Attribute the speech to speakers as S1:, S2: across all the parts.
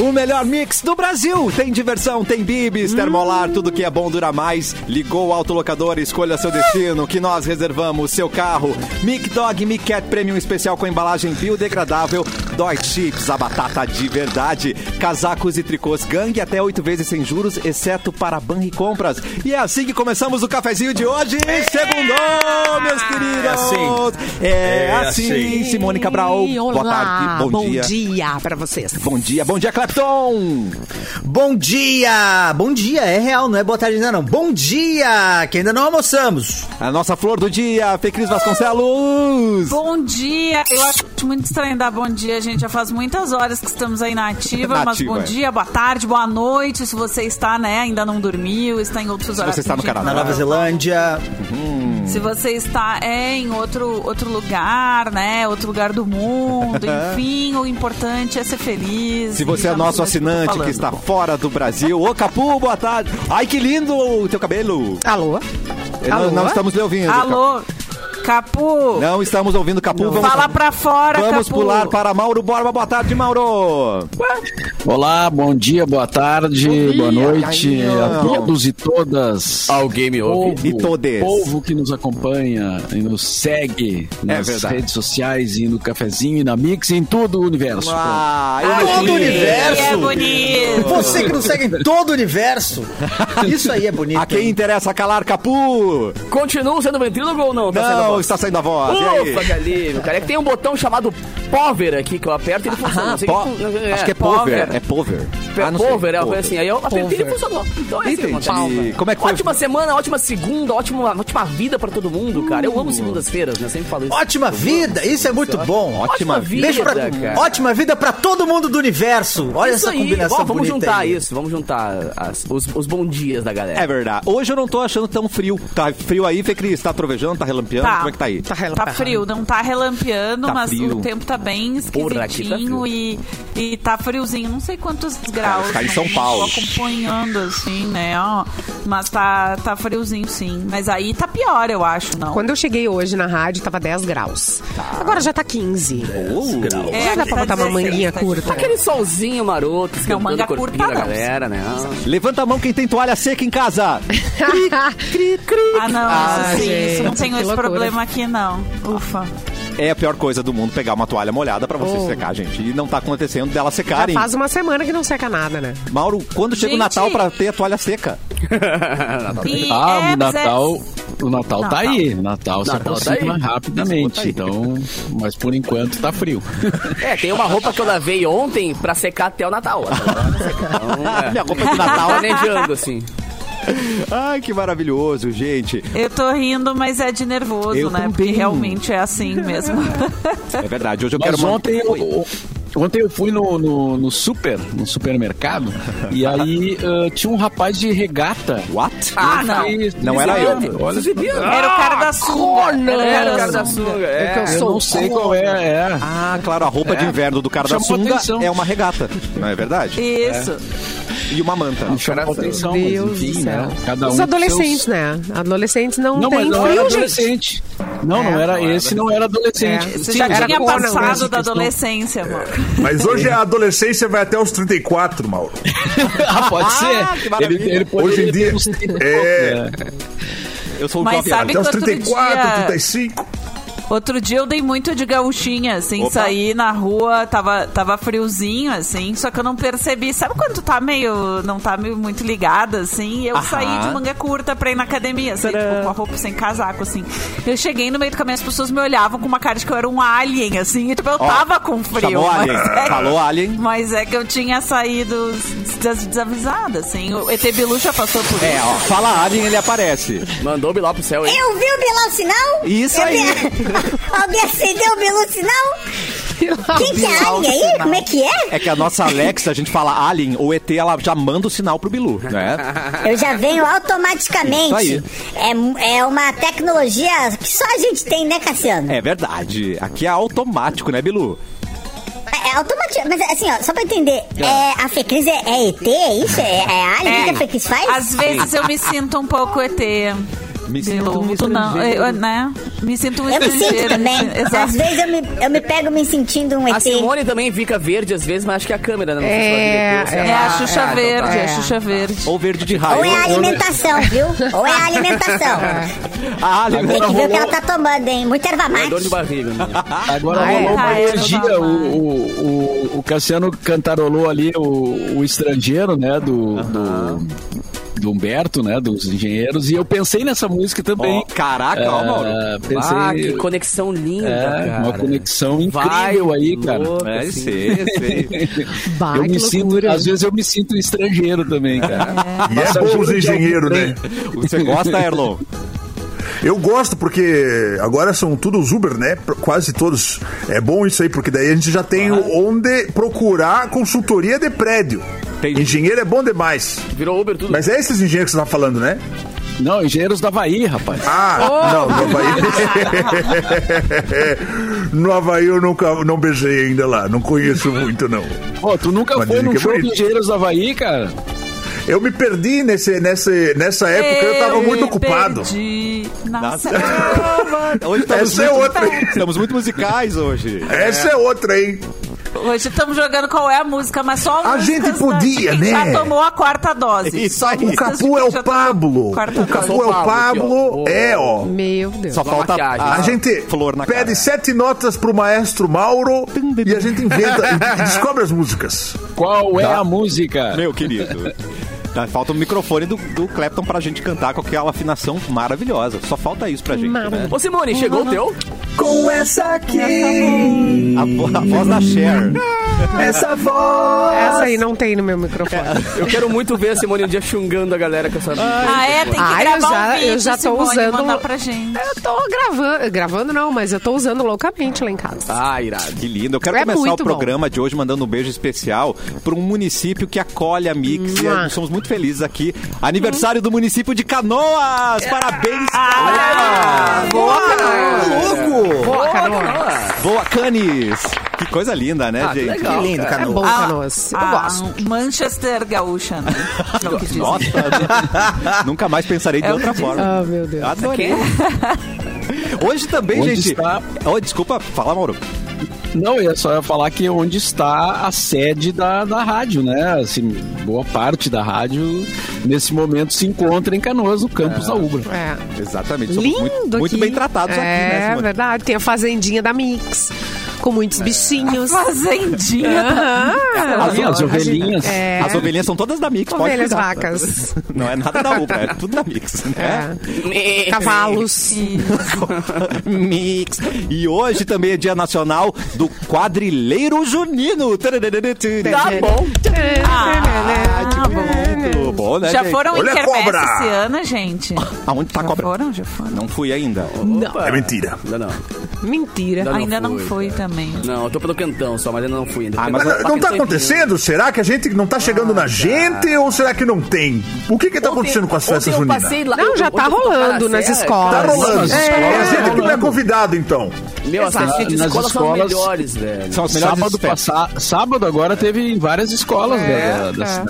S1: O melhor mix do Brasil. Tem diversão, tem bibis, termolar, tudo que é bom dura mais. Ligou o autolocador, escolha seu destino, que nós reservamos seu carro. Mic Dog Mic Cat Premium Especial com embalagem biodegradável. Dói Chips, a batata de verdade. Casacos e tricôs gangue até oito vezes sem juros, exceto para banri compras. E é assim que começamos o cafezinho de hoje. Segundou, meus queridos. É
S2: assim.
S1: É
S2: É
S1: assim,
S2: assim.
S1: Simone Cabral. Boa tarde, bom, dia.
S3: pra vocês.
S1: Bom dia, bom dia, Clapton!
S4: Bom dia! Bom dia, é real, não é boa tarde ainda não. Bom dia! Que ainda não almoçamos.
S1: A nossa flor do dia, Fê Cris Vasconcelos!
S5: Bom dia! Eu acho muito estranho dar bom dia, gente. Já faz muitas horas que estamos aí na ativa,
S1: Na
S5: mas
S1: ativa,
S5: bom
S1: é.
S5: dia, boa tarde, boa noite. Se você está, né, ainda não dormiu, está em outros horários.
S1: você está no
S5: gente,
S1: Canadá.
S4: Na
S5: não.
S4: Nova Zelândia.
S5: Se você está é, em outro, outro lugar, né, outro lugar do mundo, enfim, o importante é ser feliz.
S1: Se você
S5: E
S1: é
S5: já
S1: nosso
S5: não sei mais o
S1: assinante
S5: eu tô
S1: que está fora do Brasil, ô Capu, boa tarde! Ai, que lindo o teu cabelo! Eh,
S3: Alô?
S1: Não,
S3: Alô?
S1: não estamos lhe ouvindo.
S5: falando.
S1: Capu.
S5: Alô, Capu!
S1: Não estamos ouvindo, Capu. Vamos,
S5: Fala pra fora,
S1: vamos
S5: Capu!
S1: pular para Mauro Borba. Boa tarde, Mauro!
S2: Olá, bom dia, boa tarde, boa noite
S1: Ai,
S2: a
S1: não.
S2: todos e todas.
S6: Alguém me ouve?
S2: Povo,
S1: E todes.
S2: povo que nos acompanha e nos segue nas
S1: É verdade.
S2: redes sociais e no cafezinho e na Mix e em todo o universo.
S1: Ah, eu
S4: Todo o universo!
S5: É bonito!
S4: Você que não segue em todo o universo. Isso aí é bonito.
S1: A quem
S4: hein?
S1: interessa calar, Capu!
S6: Continuam sendo ventrílogo ou não? Tá saindo a
S1: Não,
S6: voz?
S1: está saindo a voz. e aí?
S6: Ufa, Galilho, cara. É que tem um botão chamado Power aqui que eu aperto e ele funciona.
S1: Ah,
S6: assim, Não sei
S1: po-
S6: que fun-
S1: acho que é pover. É pover.
S6: É
S1: Ah, não sei.
S6: Power, é uma coisa assim. Aí eu apertei e ele
S3: Power.
S6: funcionou. Então é
S1: Entendi.
S6: assim, mano.
S1: E como é que foi?
S6: Ótima semana, ótima segunda, ótima, ótima vida pra todo mundo, cara. Eu
S1: Hum.
S6: amo segundas-feiras, né? Eu sempre falo isso.
S4: Ótima vida, isso é muito bom.
S1: Ótima
S6: vida,
S4: Beijo pra...
S6: cara.
S4: Ótima vida pra todo mundo do universo. Olha
S6: isso
S4: essa
S6: aí.
S4: combinação
S6: Ó, vamos
S4: bonita
S6: juntar
S4: aí.
S6: isso, vamos juntar as- os, os bom dias da galera.
S1: É verdade. Hoje eu não tô achando tão frio. Tá frio aí, Fê Cris? Tá trovejando, tá relampeando?
S5: Tá.
S1: Como é que tá aí?
S3: Tá,
S5: Tá frio, não tá relampeando,
S1: Tá
S5: mas
S1: frio.
S5: o tempo tá bem
S6: Porra, aqui tá
S5: esquisitinho
S6: frio.
S5: e, e tá friozinho. Não sei quantos graus.
S1: tá em
S5: não
S1: São Paulo.
S5: Tô acompanhando, assim, né? ó. Mas tá, tá friozinho, sim. Mas aí tá pior, eu acho, não.
S3: Quando eu cheguei hoje na rádio, tava 10 graus. Agora já tá 15.
S1: Uh,
S5: É,
S3: já dá
S5: aqui
S3: pra
S5: tá
S3: botar uma
S5: 16,
S3: manguinha
S5: tá
S1: é.
S3: curta.
S6: Aquele solzinho maroto, esquentando
S5: manga
S6: o corpinho
S5: curta
S6: da
S5: não.
S6: galera, né?
S1: Levanta a mão quem tem toalha seca em casa.
S5: Ah, não,
S3: Ah,
S5: isso, sim,
S3: gente,
S5: isso não tenho
S3: que
S5: esse
S3: loucura. Ah,
S5: problema aqui, não. Ufa.
S1: É a pior coisa do mundo pegar uma toalha molhada pra você
S3: Oh.
S1: secar, gente. E não tá acontecendo dela
S3: já
S1: secarem.
S3: faz uma semana que não seca nada, né?
S1: Mauro, quando chega o
S5: Gente.
S1: Natal pra ter a toalha seca?
S3: tá
S5: E
S2: Ah,
S5: é,
S2: o
S5: mas é-
S2: Natal, o Natal tá aí. O Natal se
S6: Natal tá
S2: aproxima
S6: aí.
S2: rapidamente. Então, mas por enquanto tá frio.
S6: É, tem uma roupa que eu lavei ontem pra secar até o Natal. Então,
S1: Minha roupa é do Natal.
S6: Planejando, assim.
S1: Ai, que maravilhoso, gente.
S5: Eu tô rindo, mas é de nervoso,
S1: Eu
S5: né? Porque
S1: também.
S5: realmente é assim mesmo.
S1: É verdade. Hoje eu
S2: Mas
S1: quero um uma-
S2: ontem eu, o- ontem eu fui no, no, no super, no supermercado, e aí ah, tinha um rapaz de regata.
S1: What?
S6: Ah, não.
S1: Não era eu.
S2: Olha,
S5: Era o cara
S1: Ah,
S5: da sunga. Era o cara da sunga.
S6: É,
S2: eu não sei qual é. é.
S1: Ah, claro, a roupa de
S2: É.
S1: inverno do cara
S2: Chamou
S1: da
S2: atenção.
S1: sunga é uma regata. Não é verdade?
S5: Isso.
S1: É. E uma manta.
S2: Me chamou atenção, mas
S3: Deus
S2: enfim,
S3: do céu.
S2: né? Cada um
S3: Os
S2: com
S3: adolescentes,
S2: seus-
S3: né? Adolescentes não
S2: Não, mas
S3: tem
S2: não era
S3: frio, gente.
S2: adolescente. Não, não
S3: É,
S2: era. Esse não era adolescente.
S3: É.
S5: Você
S2: Sim,
S5: já
S2: os
S3: era
S5: tinha
S3: cor, não,
S2: adolescentes-
S5: passado da
S2: questão-
S5: adolescência, mano.
S1: É,
S7: Mas hoje a adolescência vai até os 34, Mauro.
S2: Ah, pode
S1: Ah, que
S2: ser.
S1: maravilha.
S2: ele, ele
S7: Hoje
S2: poderia
S7: em dia-
S2: ter uns 30 e
S7: É.
S2: poucos, né?
S1: Eu sou um É o
S5: Mas
S1: jovem
S5: sabe
S7: Até os
S5: que outro
S7: 34,
S5: dia-
S7: 35.
S5: Outro dia eu dei muito de gauchinha, assim,
S1: Opa.
S5: saí na rua, tava, tava friozinho, assim, só que eu não percebi. Sabe quando tu tá meio. não tá meio muito ligada, assim? Eu saí de manga curta pra ir na academia, assim, tipo, com a roupa sem casaco, assim. Eu cheguei no meio do caminho, as pessoas me olhavam com uma cara de que eu era um alien, assim, e tipo, eu tava com frio.
S1: Chamou
S5: mas
S1: Alien.
S5: é-
S1: Falou Alien.
S5: Mas é que eu tinha saído des- desavisada, assim. O ET Bilu já passou por
S1: É,
S5: isso.
S1: ó. Fala Alien, ele aparece.
S6: Mandou o Biló pro céu, hein?
S8: Eu vi o Bilu Sinal?
S1: Isso
S8: Eu
S1: aí.
S8: vi- Alguém acendeu o Bilu Sinal? Quem que é Alien aí? Como é que é?
S1: É que a nossa Alexa, a gente fala Alien ou ET, ela já manda o sinal pro Bilu, né?
S8: Eu já venho
S1: Isso
S8: automaticamente.
S1: aí.
S8: É, mu- é uma tecnologia que só a gente tem, né, Cassiano?
S1: É verdade. Aqui é automático, né, Bilu?
S8: É, automático. Mas assim, ó, só pra entender, é, a Fecris é, é ET, é isso? É, é Alien? O que que a Fecris faz?
S5: Às vezes eu me sinto um pouco ET.
S1: Me
S5: De
S1: sinto um
S5: novo, tu não,
S1: estrangeiro.
S5: eu, né? Me sinto um
S8: Eu me sinto
S5: estrangeiro.
S8: também. Às
S5: é, Exato.
S8: vezes eu me, eu me pego me sentindo um
S6: A
S8: ET.
S6: Simone também fica verde às vezes, mas acho que a câmera não
S3: É,
S6: sei se ela
S5: É a
S6: Ah,
S5: Xuxa
S6: então tá.
S5: Verde,
S3: É.
S5: a Xuxa Verde.
S1: Ou verde de
S8: Ou
S1: raio.
S8: é a alimentação, viu? Ou é a alimentação.
S1: Ah, ali-
S8: Tem que ver o que
S2: rolou-
S8: ela tá tomando, hein? Muita erva
S6: É
S8: mate.
S6: dor de barriga. né?
S2: Agora
S3: Ah, é?
S2: rolou uma
S5: Ah, eu
S2: energia.
S5: tava
S2: O, o, o, o Cassiano cantarolou ali o, o estrangeiro, né? Do, do, do Humberto, né? Dos engenheiros. E eu pensei nessa música também.
S1: Ó, caraca, ó,
S2: É,
S1: Mauro.
S2: Pensei.
S6: Ah, que conexão linda,
S2: é,
S6: cara.
S2: uma conexão
S6: Vai,
S2: incrível aí, cara.
S6: louca,
S1: É,
S6: assim.
S1: sei, sei.
S3: Bah,
S2: eu me
S3: que
S2: sinto,
S3: loucura.
S2: às vezes eu me sinto estrangeiro também, cara.
S7: E é
S2: Nossa,
S7: bom os
S2: juro que
S7: engenheiros,
S2: alguém
S7: né?
S1: Você gosta, é, Erlon?
S7: Eu gosto porque agora são todos Uber, né? Pr- Quase todos. É bom isso aí, porque daí a gente já tem onde procurar consultoria de prédio.
S1: Entendi.
S7: Engenheiro é bom demais.
S6: Virou Uber tudo.
S7: Mas é esses engenheiros que você tá falando, né?
S2: Não, engenheiros da Bahia, rapaz.
S7: Ah,
S5: Oh!
S7: não, no Havaí. no Havaí eu nunca não beijei ainda lá. Não conheço muito, não.
S2: Pô, tu nunca
S7: Mas
S2: foi
S7: dizem
S2: num
S7: que é
S2: show de
S7: bonito.
S2: engenheiros da Bahia, cara?
S7: Eu me perdi nesse, nesse, nessa época, É, eu tava muito ocupado.
S5: Perdi na
S1: Nossa.
S5: selva.
S1: Hoje tá
S7: Essa é
S1: muito-
S7: outra.
S1: Estamos muito musicais hoje.
S7: Essa é outra, hein?
S5: Hoje estamos jogando qual é a música, mas só
S7: A
S5: músicas
S7: gente
S5: da-
S7: podia,
S5: de quem
S7: né?
S5: Já tomou a quarta dose.
S1: Isso aí.
S7: O Capu é o
S6: tá
S7: Pablo. O Capu é o Pablo. É, ó.
S3: Meu Deus.
S1: Só falta
S6: maquiagem.
S7: A gente
S1: Ah, flor na
S7: pede
S1: cara.
S7: sete notas pro maestro Mauro e a gente inventa e descobre as músicas.
S2: Qual é a música?
S1: Meu querido. Tá, Falta o microfone do, do Clapton pra gente cantar com aquela afinação maravilhosa. Só falta isso pra gente. Né?
S6: Ô, Simone, chegou o teu?
S9: Com essa aqui,
S1: A, vo- a voz da Cher.
S9: essa voz.
S3: Essa aí não tem no meu microfone.
S6: Eu quero muito ver a Simone um dia xungando a galera com essa
S5: Ah, é? Tem que
S3: Ah, eu
S5: gravar
S3: já-
S5: um vídeo,
S3: eu já tô
S5: Simone,
S3: usando-
S5: mandar pra gente.
S3: Eu tô gravando, gravando não, mas eu tô usando loucamente lá em casa.
S6: Ah, irado.
S1: Que lindo. Eu quero
S3: É
S1: começar o
S3: muito bom.
S1: programa de hoje mandando um beijo especial para um município que acolhe a Mix. E
S3: Mua.
S1: é- somos muito felizes aqui. Aniversário do município de Canoas. Parabéns, Canoas.
S4: Tá Louco!
S6: Boa, Canoa.
S1: Boa, Canis. Que coisa linda, né,
S6: Ah, que
S1: gente?
S6: legal.
S4: Que lindo,
S3: É bom,
S4: Canu.
S3: Canoas. Eu
S5: Ah,
S3: gosto.
S5: Manchester gaúcha, né? É o que dizem.
S1: Nossa, nunca mais pensarei de
S5: É o
S1: outra
S5: que diz.
S1: forma.
S3: Ah, meu Deus.
S1: Adorei. Hoje também,
S2: Onde
S1: gente.
S2: está?
S1: Oh, desculpa, fala, Mauro.
S2: Não, eu só ia falar que é onde está a sede da, da rádio, né? Assim, boa parte da rádio nesse momento se encontra em Canoas, no campus da Ubra.
S3: É.
S1: Exatamente. Somos
S3: Lindo
S1: muito,
S3: aqui.
S1: muito bem tratados
S3: é,
S1: aqui, né,
S3: É
S1: Simone?
S3: verdade. Tem a fazendinha da Mix, com
S2: É.
S3: muitos bichinhos. É
S5: Fazendinha.
S3: Aham.
S2: As, as ovelhinhas.
S3: É.
S1: As ovelhinhas são todas da Mix, pode
S3: Ovelhas,
S1: cuidar.
S3: vacas,
S1: Não é nada da Ubra, é tudo da Mix, né?
S3: é, cavalos.
S1: Mix. E hoje também é dia nacional do quadrilheiro junino.
S6: Tá bom.
S3: É,
S1: Ah, que bonito. Bom, né,
S5: Já
S1: gente?
S5: foram
S7: Olha
S5: em
S7: a
S5: quermesse
S7: cobra.
S5: esse ano, gente?
S1: Aonde tá a
S5: já
S1: cobra?
S5: foram? Já foram.
S1: Não fui ainda.
S7: É mentira.
S6: Não, não.
S3: é. Mentira.
S6: Não,
S5: Ainda não
S6: fui,
S5: foi também.
S6: Não, eu tô pelo cantão só, mas ainda não fui ainda.
S1: Ah,
S7: Mas
S1: Mas
S7: não
S6: né?
S7: tá
S1: um-
S7: acontecendo? Será que a gente não tá
S1: Ah,
S7: chegando na gente ou será que não tem? O que que tá acontecendo com as festas
S6: ontem eu
S7: juninas?
S6: passei lá-
S3: Não, já
S6: ontem
S3: tá
S6: eu fui tocar
S3: rolando
S6: na
S3: nas
S6: serra,
S7: Tá
S3: escolas.
S7: rolando.
S2: Nas
S7: É a
S2: escolas,
S7: gente que não é
S2: rolando.
S7: convidado, então.
S6: Meu, as festas de
S2: Nas
S6: escola são as
S2: escolas-
S6: melhores, velho.
S1: São as melhores
S2: Sábado,
S1: festas.
S2: passa, sábado agora teve em várias escolas né, da, da, da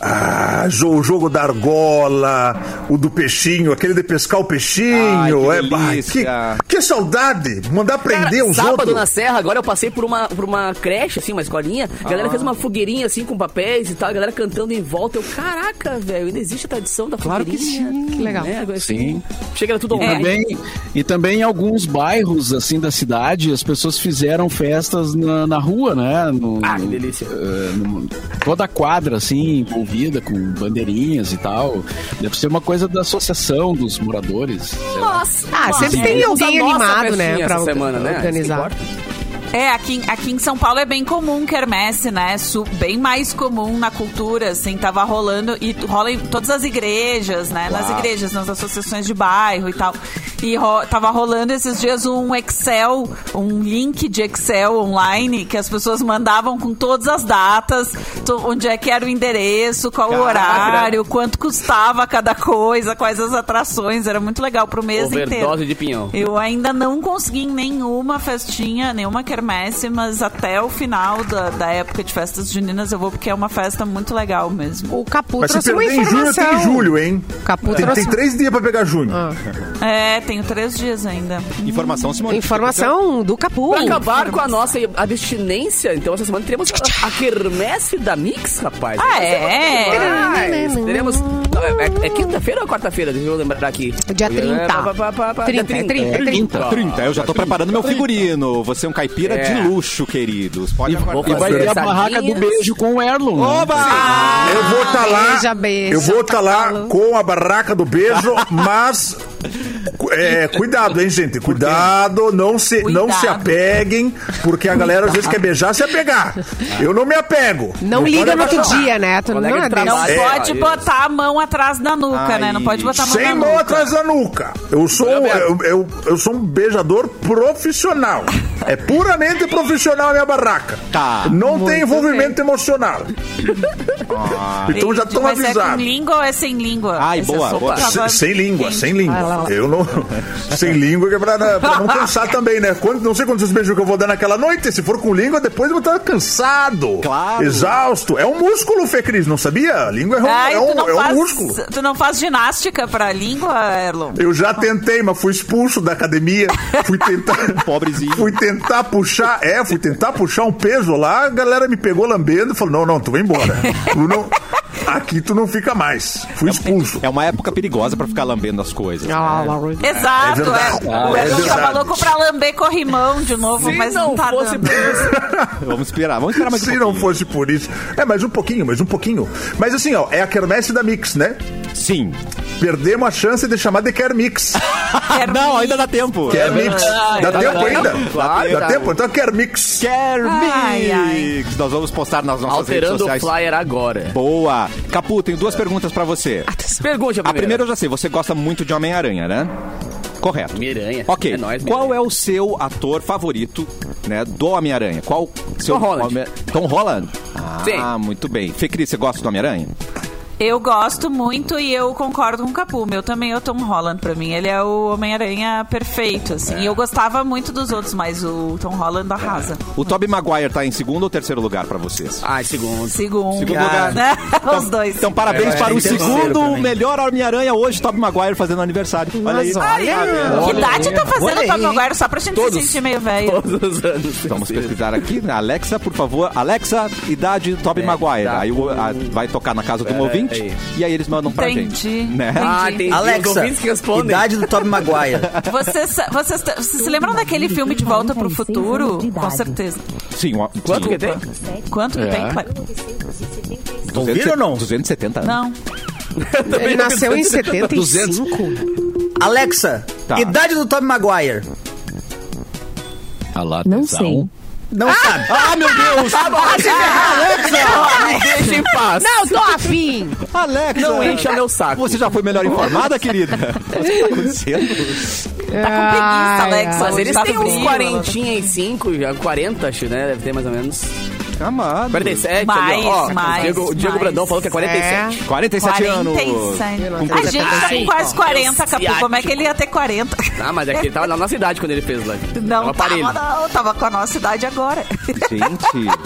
S7: Ah, jo- o jogo da argola, o do peixinho, aquele de pescar o peixinho.
S1: Ai, que
S7: é, bah,
S1: delícia.
S7: que, que saudade! Mandar prender
S6: Cara,
S7: os
S6: sábado
S7: outros.
S6: na Serra, agora eu passei por uma, por uma creche, assim, uma escolinha. A galera fez uma fogueirinha, assim, com papéis e tal. A galera cantando em volta. Eu, caraca, velho, ainda existe a tradição da
S1: Claro que
S6: fogueirinha.
S3: sim. Que legal.
S6: Né? Agora,
S2: Sim.
S6: Chega era tudo
S2: E
S6: online.
S2: também, e também em alguns bairros assim da cidade, as pessoas fizeram festas na, na rua, né? No-
S6: Ah, que
S2: no-
S6: delícia.
S2: eh, no- toda a quadra, assim, envolvida com bandeirinhas e tal. Deve ser uma coisa da associação dos moradores. sei lá.
S6: Nossa,
S3: Ah, sempre tem
S6: Tivemos a
S3: alguém
S6: nossa
S3: animado, né,
S6: festinha
S3: pra
S6: essa semana, né?
S3: organizar.
S6: Isso que importa.
S5: É, aqui, em- aqui em São Paulo é bem comum quermesse, né? Su- bem mais comum na cultura, assim, tava rolando e t- rola em todas as igrejas, né? Nas igrejas, nas associações de bairro e tal. E ro tava rolando esses dias um Excel, um link de Excel online que as pessoas mandavam com todas as datas, to- onde é que era o endereço, qual o horário, quanto custava cada coisa, quais as atrações. Era muito legal pro mês inteiro.
S6: Overdose de pinhão.
S5: Eu ainda não consegui em nenhuma festinha, nenhuma quermesse, mas até o final da, da época de festas juninas eu vou, porque é uma festa muito legal mesmo.
S3: O Capu
S7: Mas se
S3: trouxe uma
S7: perder em junho,
S3: informação.
S7: tem em julho, hein?
S3: Capu
S7: Tem,
S3: trouxe Ah.
S7: tem três dias pra pegar junho.
S5: É, tenho três dias ainda.
S1: Informação, Simone.
S3: informação do Capu.
S6: Pra acabar com a nossa abstinência, então essa semana teremos a, a quermesse da Mix, rapaz.
S5: Ah,
S6: Vai ser uma
S5: é?
S6: demais. Teremos. Não, é é- é quinta-feira ou é quarta-feira? Deixa eu lembrar aqui.
S3: Dia 30.
S6: É, pá, pá, pá, pá, dia
S3: 30, é 30, é 30.
S1: 30, eu já tô preparando meu figurino. Você é um caipira
S6: É.
S1: de luxo, queridos. Pode aguardar.
S2: E vai ter a
S6: Engraçadinhas.
S2: barraca do beijo com o Erlon. né?
S7: Eu vou estar lá.
S3: beija, beija,
S7: eu vou estar lá
S3: cavalo.
S7: com a barraca do beijo, mas cu- é, cuidado, hein, gente? Cuidado, não se, não se
S5: Cuidado.
S7: apeguem, porque a galera às vezes quer beijar, se apegar. Eu não me apego.
S3: Não
S7: pode
S3: liga no outro
S7: abaixar.
S3: dia, né? Tu não
S6: Colega de
S3: é
S6: trabalho.
S5: Não
S3: desse.
S7: É,
S5: pode
S6: isso.
S5: botar a mão atrás da nuca, né? Não pode botar a mão
S7: Sem
S5: na
S7: mão
S5: nuca.
S7: atrás da nuca. Eu sou,
S1: Tá
S7: um- eu, eu, eu sou um beijador profissional. É puramente profissional a minha barraca.
S1: Tá,
S7: Não tem envolvimento emocional. então já estão
S5: Ah. Mas é com
S7: avisados.
S5: língua ou é sem língua?
S1: Ai,
S5: Essa
S1: boa,
S5: sopa
S1: boa.
S5: tava
S7: Se- Sem língua,
S5: quente.
S7: sem língua. Eu não. sem língua que é pra, pra não cansar também, né? Quando, não sei quantos beijos que eu vou dar naquela noite. Se for com língua, depois eu vou estar cansado.
S1: Claro.
S7: Exausto. É um músculo, Fê Cris, não sabia? A língua é um,
S5: Ai,
S7: é
S5: tu,
S7: um,
S5: não
S7: é um
S5: faz,
S7: músculo.
S5: tu não faz ginástica pra língua, Erlon?
S7: Eu já tentei, mas fui expulso da academia. Fui tentar.
S1: Pobrezinho.
S7: Fui tentar puxar. É, fui tentar puxar um peso lá. A galera me pegou lambendo e falou: não, não, tu vai embora. Tu não- aqui tu não fica mais. Fui expulso.
S1: É uma época perigosa pra ficar lambendo as coisas. né?
S3: Ah, lá, lá.
S5: Exato,
S7: É verdade.
S5: é.
S7: Ah,
S5: O
S7: é
S5: Erlon
S7: verdade.
S5: tá louco pra lamber corrimão de novo,
S6: Se
S5: mas não,
S6: não
S5: tá
S6: fosse
S5: dando.
S1: Vamos esperar, vamos esperar mais
S7: Se
S1: um
S7: não
S1: pouquinho.
S7: fosse por isso. É, mais um pouquinho, mais um pouquinho. Mas assim, ó, é a quermesse da Mix, né?
S1: Sim.
S7: Perdemos a chance de chamar de Kermix.
S5: Quero
S1: Não,
S5: ir.
S1: ainda dá tempo.
S7: Quer Mix. Dá
S6: dá
S7: tempo
S6: tempo.
S7: ainda?
S6: Claro,
S7: Dá
S6: dá.
S7: tempo? Então Quer Mix.
S1: Quer
S5: Ai,
S1: Mix. Nós vamos postar nas nossas redes
S6: Alterando o
S1: sociais.
S6: flyer agora.
S1: Boa. Capu, tenho duas perguntas pra você.
S6: Pergunte
S1: A primeira eu já sei, você gosta muito de Homem-Aranha, né? Correto.
S6: Homem-Aranha.
S1: Ok.
S6: É nóis,
S1: Qual é
S6: Homem-Aranha.
S1: o seu ator favorito, né, do Homem-Aranha? Qual seu
S6: Holland.
S1: Homem- Tom Holland. Ah,
S6: Sim.
S1: muito bem. Fê Cris, você gosta do Homem-Aranha?
S5: Eu gosto muito e eu concordo com o Capu. Meu também é o Tom Holland pra mim. Ele é o Homem-Aranha perfeito, assim. E eu gostava muito dos outros, mas o Tom Holland arrasa.
S1: O Tobey Maguire tá em segundo ou terceiro lugar pra vocês?
S6: Ai, segundo.
S5: Segundo,
S1: Segundo lugar.
S5: né?
S1: Então-
S5: Os dois.
S1: Então, parabéns para o
S4: tem terceiro
S1: segundo
S4: também.
S1: melhor Homem-Aranha hoje, Tobey Maguire fazendo aniversário. Olha aí.
S5: Ai, que idade tá fazendo
S4: Olha
S5: o Tom
S4: aí.
S5: Maguire só pra gente se
S6: Todos.
S5: sentir meio velho?
S6: Todos os anos.
S1: Vamos pesquisar aqui. né? Alexa, por favor. Alexa, idade do Tobey Maguire.
S6: tá
S1: Aí o- a- vai tocar na casa do um ouvinte
S6: aí.
S1: e aí eles mandam pra
S5: Entendi.
S1: gente. Né?
S6: Ah, tem os
S4: Alexa,
S6: ouvintes que respondem.
S4: idade do Tobey Maguire.
S5: Vocês, vocês, vocês se lembram daquele filme De Volta pro Futuro? Com certeza.
S1: Sim, ó,
S6: Quanto
S1: sim.
S6: que tem?
S5: Quanto que tem? Claro.
S4: Ouviram ou não?
S1: 270 anos.
S5: Não. Tá
S3: Ele nasceu em 75.
S4: Alexa,
S1: Tá.
S4: idade do Tobey Maguire.
S2: Ah lá, Não sei.
S4: Não sabe.
S1: Ah,
S5: Tá
S1: meu Deus!
S6: Deixa em paz.
S3: Não, tô afim.
S1: Alexa!
S6: Não encha meu saco.
S5: tá
S1: Você já foi melhor informada, querida? O que tá acontecendo?
S5: Tá com preguiça,
S3: Ai,
S5: Alex.
S6: Mas
S5: hoje
S6: eles
S5: tá
S6: têm uns
S5: frio.
S6: 40 e 5, já 40, acho, né? Deve ter mais ou menos.
S1: Amado.
S6: 47,
S5: Mais,
S6: ali, ó. Ó,
S5: mais,
S6: Diego, Diego
S5: mais.
S6: Brandão falou que é 47.
S1: 47 anos.
S5: 47. A gente tá com quase 40, Capu. Como é que ele ia ter 40?
S6: Ah, mas é que ele tava na nossa idade quando ele fez lá.
S5: Não,
S1: É um
S6: tava parelho.
S5: tava, não, tava com a nossa idade agora.
S1: Gente,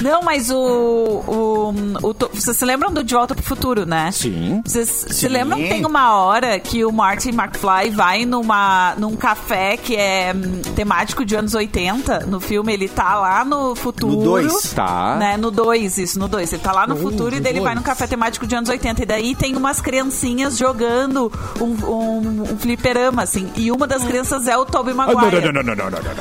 S5: Não, mas o, o, o to- Vocês se lembram do De Volta pro Futuro, né?
S1: Sim.
S5: Vocês se lembram que tem uma hora que o Martin McFly vai numa, num café que é hum, temático de anos 80 no filme? Ele tá lá no futuro.
S1: No dois, tá. Uh,
S5: Né? No 2, isso, no 2. Ele tá lá no futuro e daí ele vai num café temático de anos 80. E daí tem umas criancinhas jogando um, um, um fliperama, assim. E uma
S1: Ah.
S5: das crianças é o Tobey Maguire.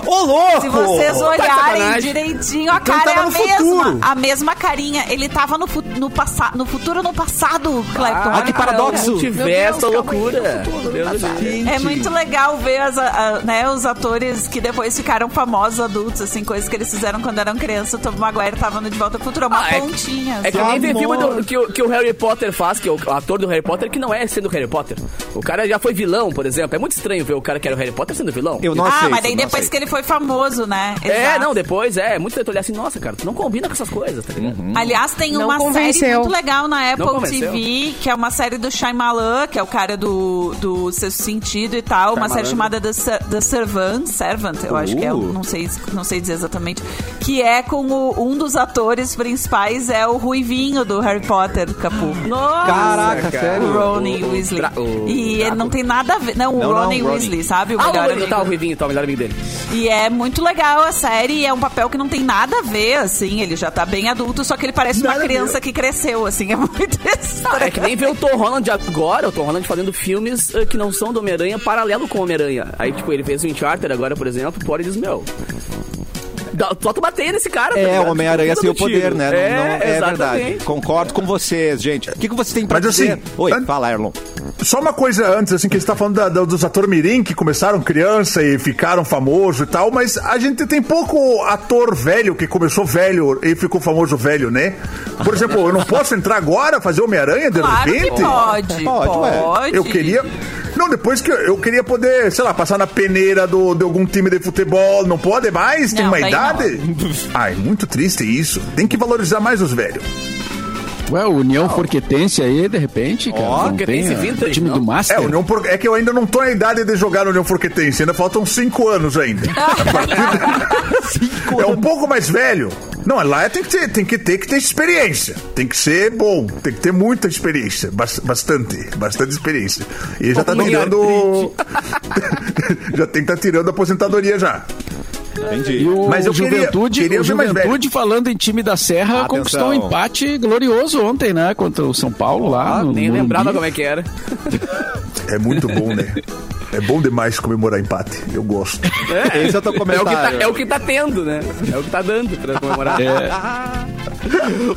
S7: Ô,
S5: Se
S7: louco!
S5: vocês olharem
S1: Tá
S6: sacanagem.
S5: direitinho a
S4: Então
S5: cara é
S4: tava
S5: a
S4: no
S5: mesma,
S4: futuro.
S5: a mesma carinha. Ele tava no, fu- no, passa- no futuro no passado, Clepton.
S1: Ah, que paradoxo.
S6: Multiverso, loucura. Meu Deus.
S5: É muito legal ver as, a- a- né, os atores que depois ficaram famosos adultos, assim, coisas que eles fizeram quando eram criança. O Tom Maguire tava no De Volta ao Futuro, uma
S6: Ah, é que-
S5: pontinha. assim.
S6: É que
S5: sabe?
S6: nem tem filme do- que, o- que o Harry Potter faz, que é o o ator do Harry Potter, que não é sendo Harry Potter. O cara já foi vilão, por exemplo. É muito estranho ver o cara que era o Harry Potter sendo vilão.
S1: Eu não
S5: ah,
S1: aceito,
S5: mas daí
S1: não
S5: depois
S1: aceito.
S5: que ele foi famoso, né?
S6: É,
S5: Exato.
S6: não, depois é. é Muito estranho tu olhar assim, nossa, cara, tu não combina com essas coisas, tá
S5: Uhum.
S6: ligado?
S5: Aliás, tem
S3: Não
S5: uma série
S3: convenceu.
S5: muito legal na
S6: Não
S5: Apple
S6: convenceu.
S5: TV, que é uma série do Shyamalan, que é o cara do, do Sexto Sentido e tal. Uma série chamada The, Ser- The Servant, Servant, eu acho que é,
S1: Uh.
S5: não sei, não sei dizer exatamente. Que é com o- um dos atores principais, é o Ruivinho do Harry Potter, Capu.
S1: Caraca,
S5: O
S1: sério.
S5: Ronnie
S6: O- o-
S5: Weasley.
S6: Dra- o
S5: e ele
S6: Draco.
S5: não tem nada a ver. Não, o
S1: Não, não,
S5: Ronnie
S1: Ronnie.
S5: Weasley, sabe? O
S6: Ah,
S5: melhor
S6: o Ruivinho,
S5: amigo.
S6: tá, o Ruivinho, tá, o melhor amigo dele.
S5: E é muito legal a série, é um papel que não tem nada a ver, assim, ele já tá bem adulto, só que ele parece uma criança que cresceu, assim, é muito
S6: É
S5: estranho.
S6: que nem ver o Tom Holland agora, o Tom Holland fazendo filmes eh, que não são do Homem-Aranha, paralelo com o Homem-Aranha. Aí, tipo, ele fez o Uncharted agora, por exemplo, fora e diz, meu... dá- Só tu bater nesse cara, tá
S1: É,
S6: ligado?
S1: o Homem-Aranha
S6: Fica
S1: tem o
S6: dando
S1: poder,
S6: tiro.
S1: né? Não- não- é
S6: exatamente.
S1: verdade. Concordo com vocês, gente. O que, que vocês têm pra
S7: Mas assim,
S1: dizer? Oi,
S7: an-
S1: fala, Erlon.
S7: Só uma coisa antes, assim, que você tá falando da- da- dos atores mirim que começaram criança e ficaram famoso e tal, mas a gente tem pouco ator velho que começou velho e ficou famoso velho, né? Por exemplo, eu não posso entrar agora, fazer Homem-Aranha de
S5: Claro que
S7: repente?
S5: pode, pode.
S1: Pode, ué.
S7: Eu queria. Não, depois que eu, eu queria poder, sei lá, passar na peneira do, de algum time de futebol. Não pode mais? Tem
S5: Não,
S7: uma
S5: daí
S7: idade? Ai, muito triste isso. Tem que valorizar mais os velhos.
S2: Ué, União Forquetense aí, de repente, cara.
S1: Ó,
S2: não
S6: Forquetense
S2: tem, ó,
S6: vintage,
S2: time
S6: não.
S2: do Master.
S7: É, União Por- é que eu ainda não tô na idade de jogar no União Forquetense. Ainda faltam cinco anos ainda. é um pouco mais velho. Não, lá tem que, ter, tem que ter que ter experiência. Tem que ser bom. Tem que ter muita experiência. Bas- Bastante. Bastante experiência. E já tá
S6: Uma
S7: tirando. já tem que tá tirando a aposentadoria já.
S1: Entendi.
S2: E o
S7: Mas eu queria-
S2: Juventude,
S7: queria
S2: o
S7: ver mais
S2: Juventude falando em time da Serra,
S1: Atenção.
S2: conquistou um empate glorioso ontem, né? Contra o São Paulo lá. no
S6: Nem
S2: Morumbi.
S6: lembrava como é que era.
S7: É muito bom, né? É bom demais comemorar empate. Eu gosto.
S1: Esse é o teu
S6: É o, que tá,
S1: comentário.
S6: é o que tá tendo, né? É o que tá dando pra comemorar.
S2: É,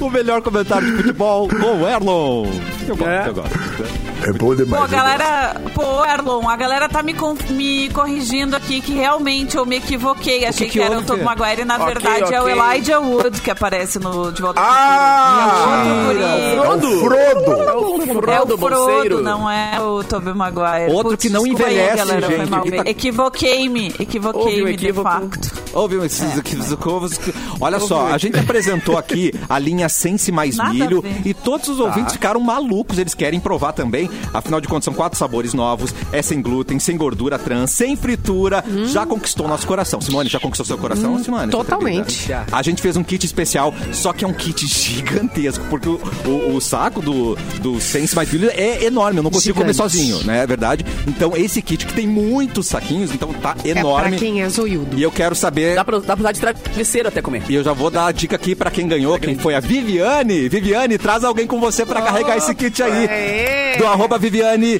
S1: o... melhor comentário de futebol com o Erlon. Eu gosto,
S6: É.
S1: eu gosto.
S7: É bom demais.
S5: Pô, a
S7: eu gosto.
S5: galera, pô, Erlon, a galera tá me, con- me corrigindo aqui que realmente eu me equivoquei. Achei que,
S1: que
S5: era o
S1: houve,
S5: Tom
S1: Fê?
S5: Maguire e na
S6: Ok,
S5: verdade é o
S6: ok.
S5: Elijah Wood que aparece no De Volta ao
S7: Ah!
S5: Futuro. E é outro guri.
S7: É o Frodo!
S6: o
S5: É o
S6: bolseiro.
S5: Frodo, não é o Tobey Maguire.
S1: Outro que não
S5: desculpa
S1: envelhece,
S5: galera, foi
S1: gente,
S5: mal.
S1: que tá-
S5: Equivoquei-me,
S6: Houve um
S5: equivoquei-me de
S6: equívoco.
S5: facto.
S1: Ouviu
S3: É.
S1: esses equívocos? Olha só, a gente apresentou aqui a linha Sense Mais
S5: Nada a
S1: Milho
S5: ver.
S1: e todos os
S3: Tá.
S1: ouvintes ficaram malucos. Eles querem provar também. Afinal de contas, são quatro sabores novos. É sem glúten, sem gordura trans, sem fritura.
S3: Hum.
S1: Já conquistou nosso coração. Simone, já conquistou seu coração, Simone? Você tá
S3: totalmente.
S1: tremida? A gente fez um kit especial, só que é um kit gigantesco, porque o, o- o saco do, do Sense Mais Milho é enorme. Eu não consigo comer
S3: Gigante.
S1: sozinho, né? É verdade. Então, esse kit que tem muitos saquinhos, então tá
S3: É
S1: enorme.
S3: pra quem é zoiudo.
S1: E eu quero saber
S6: Dá pra, dá pra usar de travesseiro até comer.
S1: e eu já vou dar a dica aqui pra quem ganhou, quem foi a Viviane. Viviane, traz alguém com você pra carregar esse kit aí. Do arroba Viviane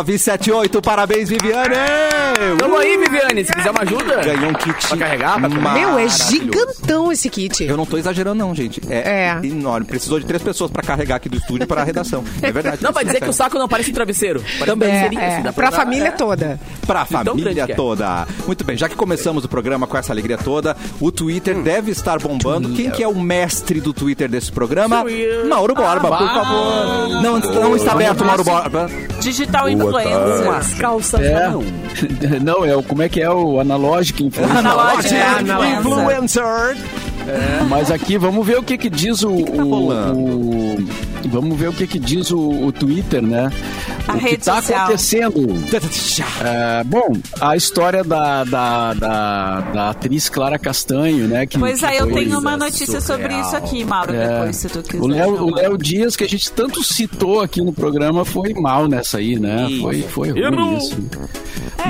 S1: 1978. Parabéns, Viviane! Uh!
S6: Tamo aí, Viviane, se quiser uma ajuda.
S1: Ganhou um kit.
S6: Pra carregar, pra comer.
S3: Meu, é
S1: maravilhoso.
S3: gigantão esse kit.
S1: Eu não tô exagerando, não, gente. É,
S3: É.
S1: enorme. Precisou de três pessoas pra carregar aqui do estúdio pra redação. É verdade.
S6: Não, vai dizer que o saco não parece um travesseiro. Parece
S3: É,
S6: Também. Um travesseirinho,
S3: é,
S6: assim, dá
S3: pra
S6: usar.
S3: família
S6: É.
S3: toda.
S1: Pra família
S6: grande que é.
S1: toda. Muito bem, já que começamos o programa com essa alegria toda, o Twitter
S6: Hum.
S1: deve estar bombando. Quem que é o mestre do Twitter desse programa?
S6: Twitter.
S1: Mauro Borba, por favor. Não, não está aberto, Mauro Borba.
S5: Digital
S6: As
S5: influencer.
S6: calças
S2: É.
S6: não.
S2: Não, é o como é que é o analógico influencer.
S5: Analógico. é,
S1: Analógico
S5: Analógico.
S1: Influencer.
S2: Mas aqui vamos ver o que que diz o,
S1: tá
S2: o-
S1: rolando?
S2: o- vamos ver o que que diz o, o Twitter, né?
S5: A
S2: o que
S5: rede
S2: tá
S5: social.
S2: acontecendo? É, bom, a história da, da, da, da atriz Clara Castanho, né? Que,
S5: Pois
S2: que
S5: aí, eu
S2: foi-
S5: tenho uma notícia sobre isso aqui, Mauro,
S2: É.
S5: depois, se tu quiser.
S2: O Léo, o
S5: chamar.
S2: Léo Dias, que a gente tanto citou aqui no programa, foi mal nessa aí, né? Foi, foi ruim isso.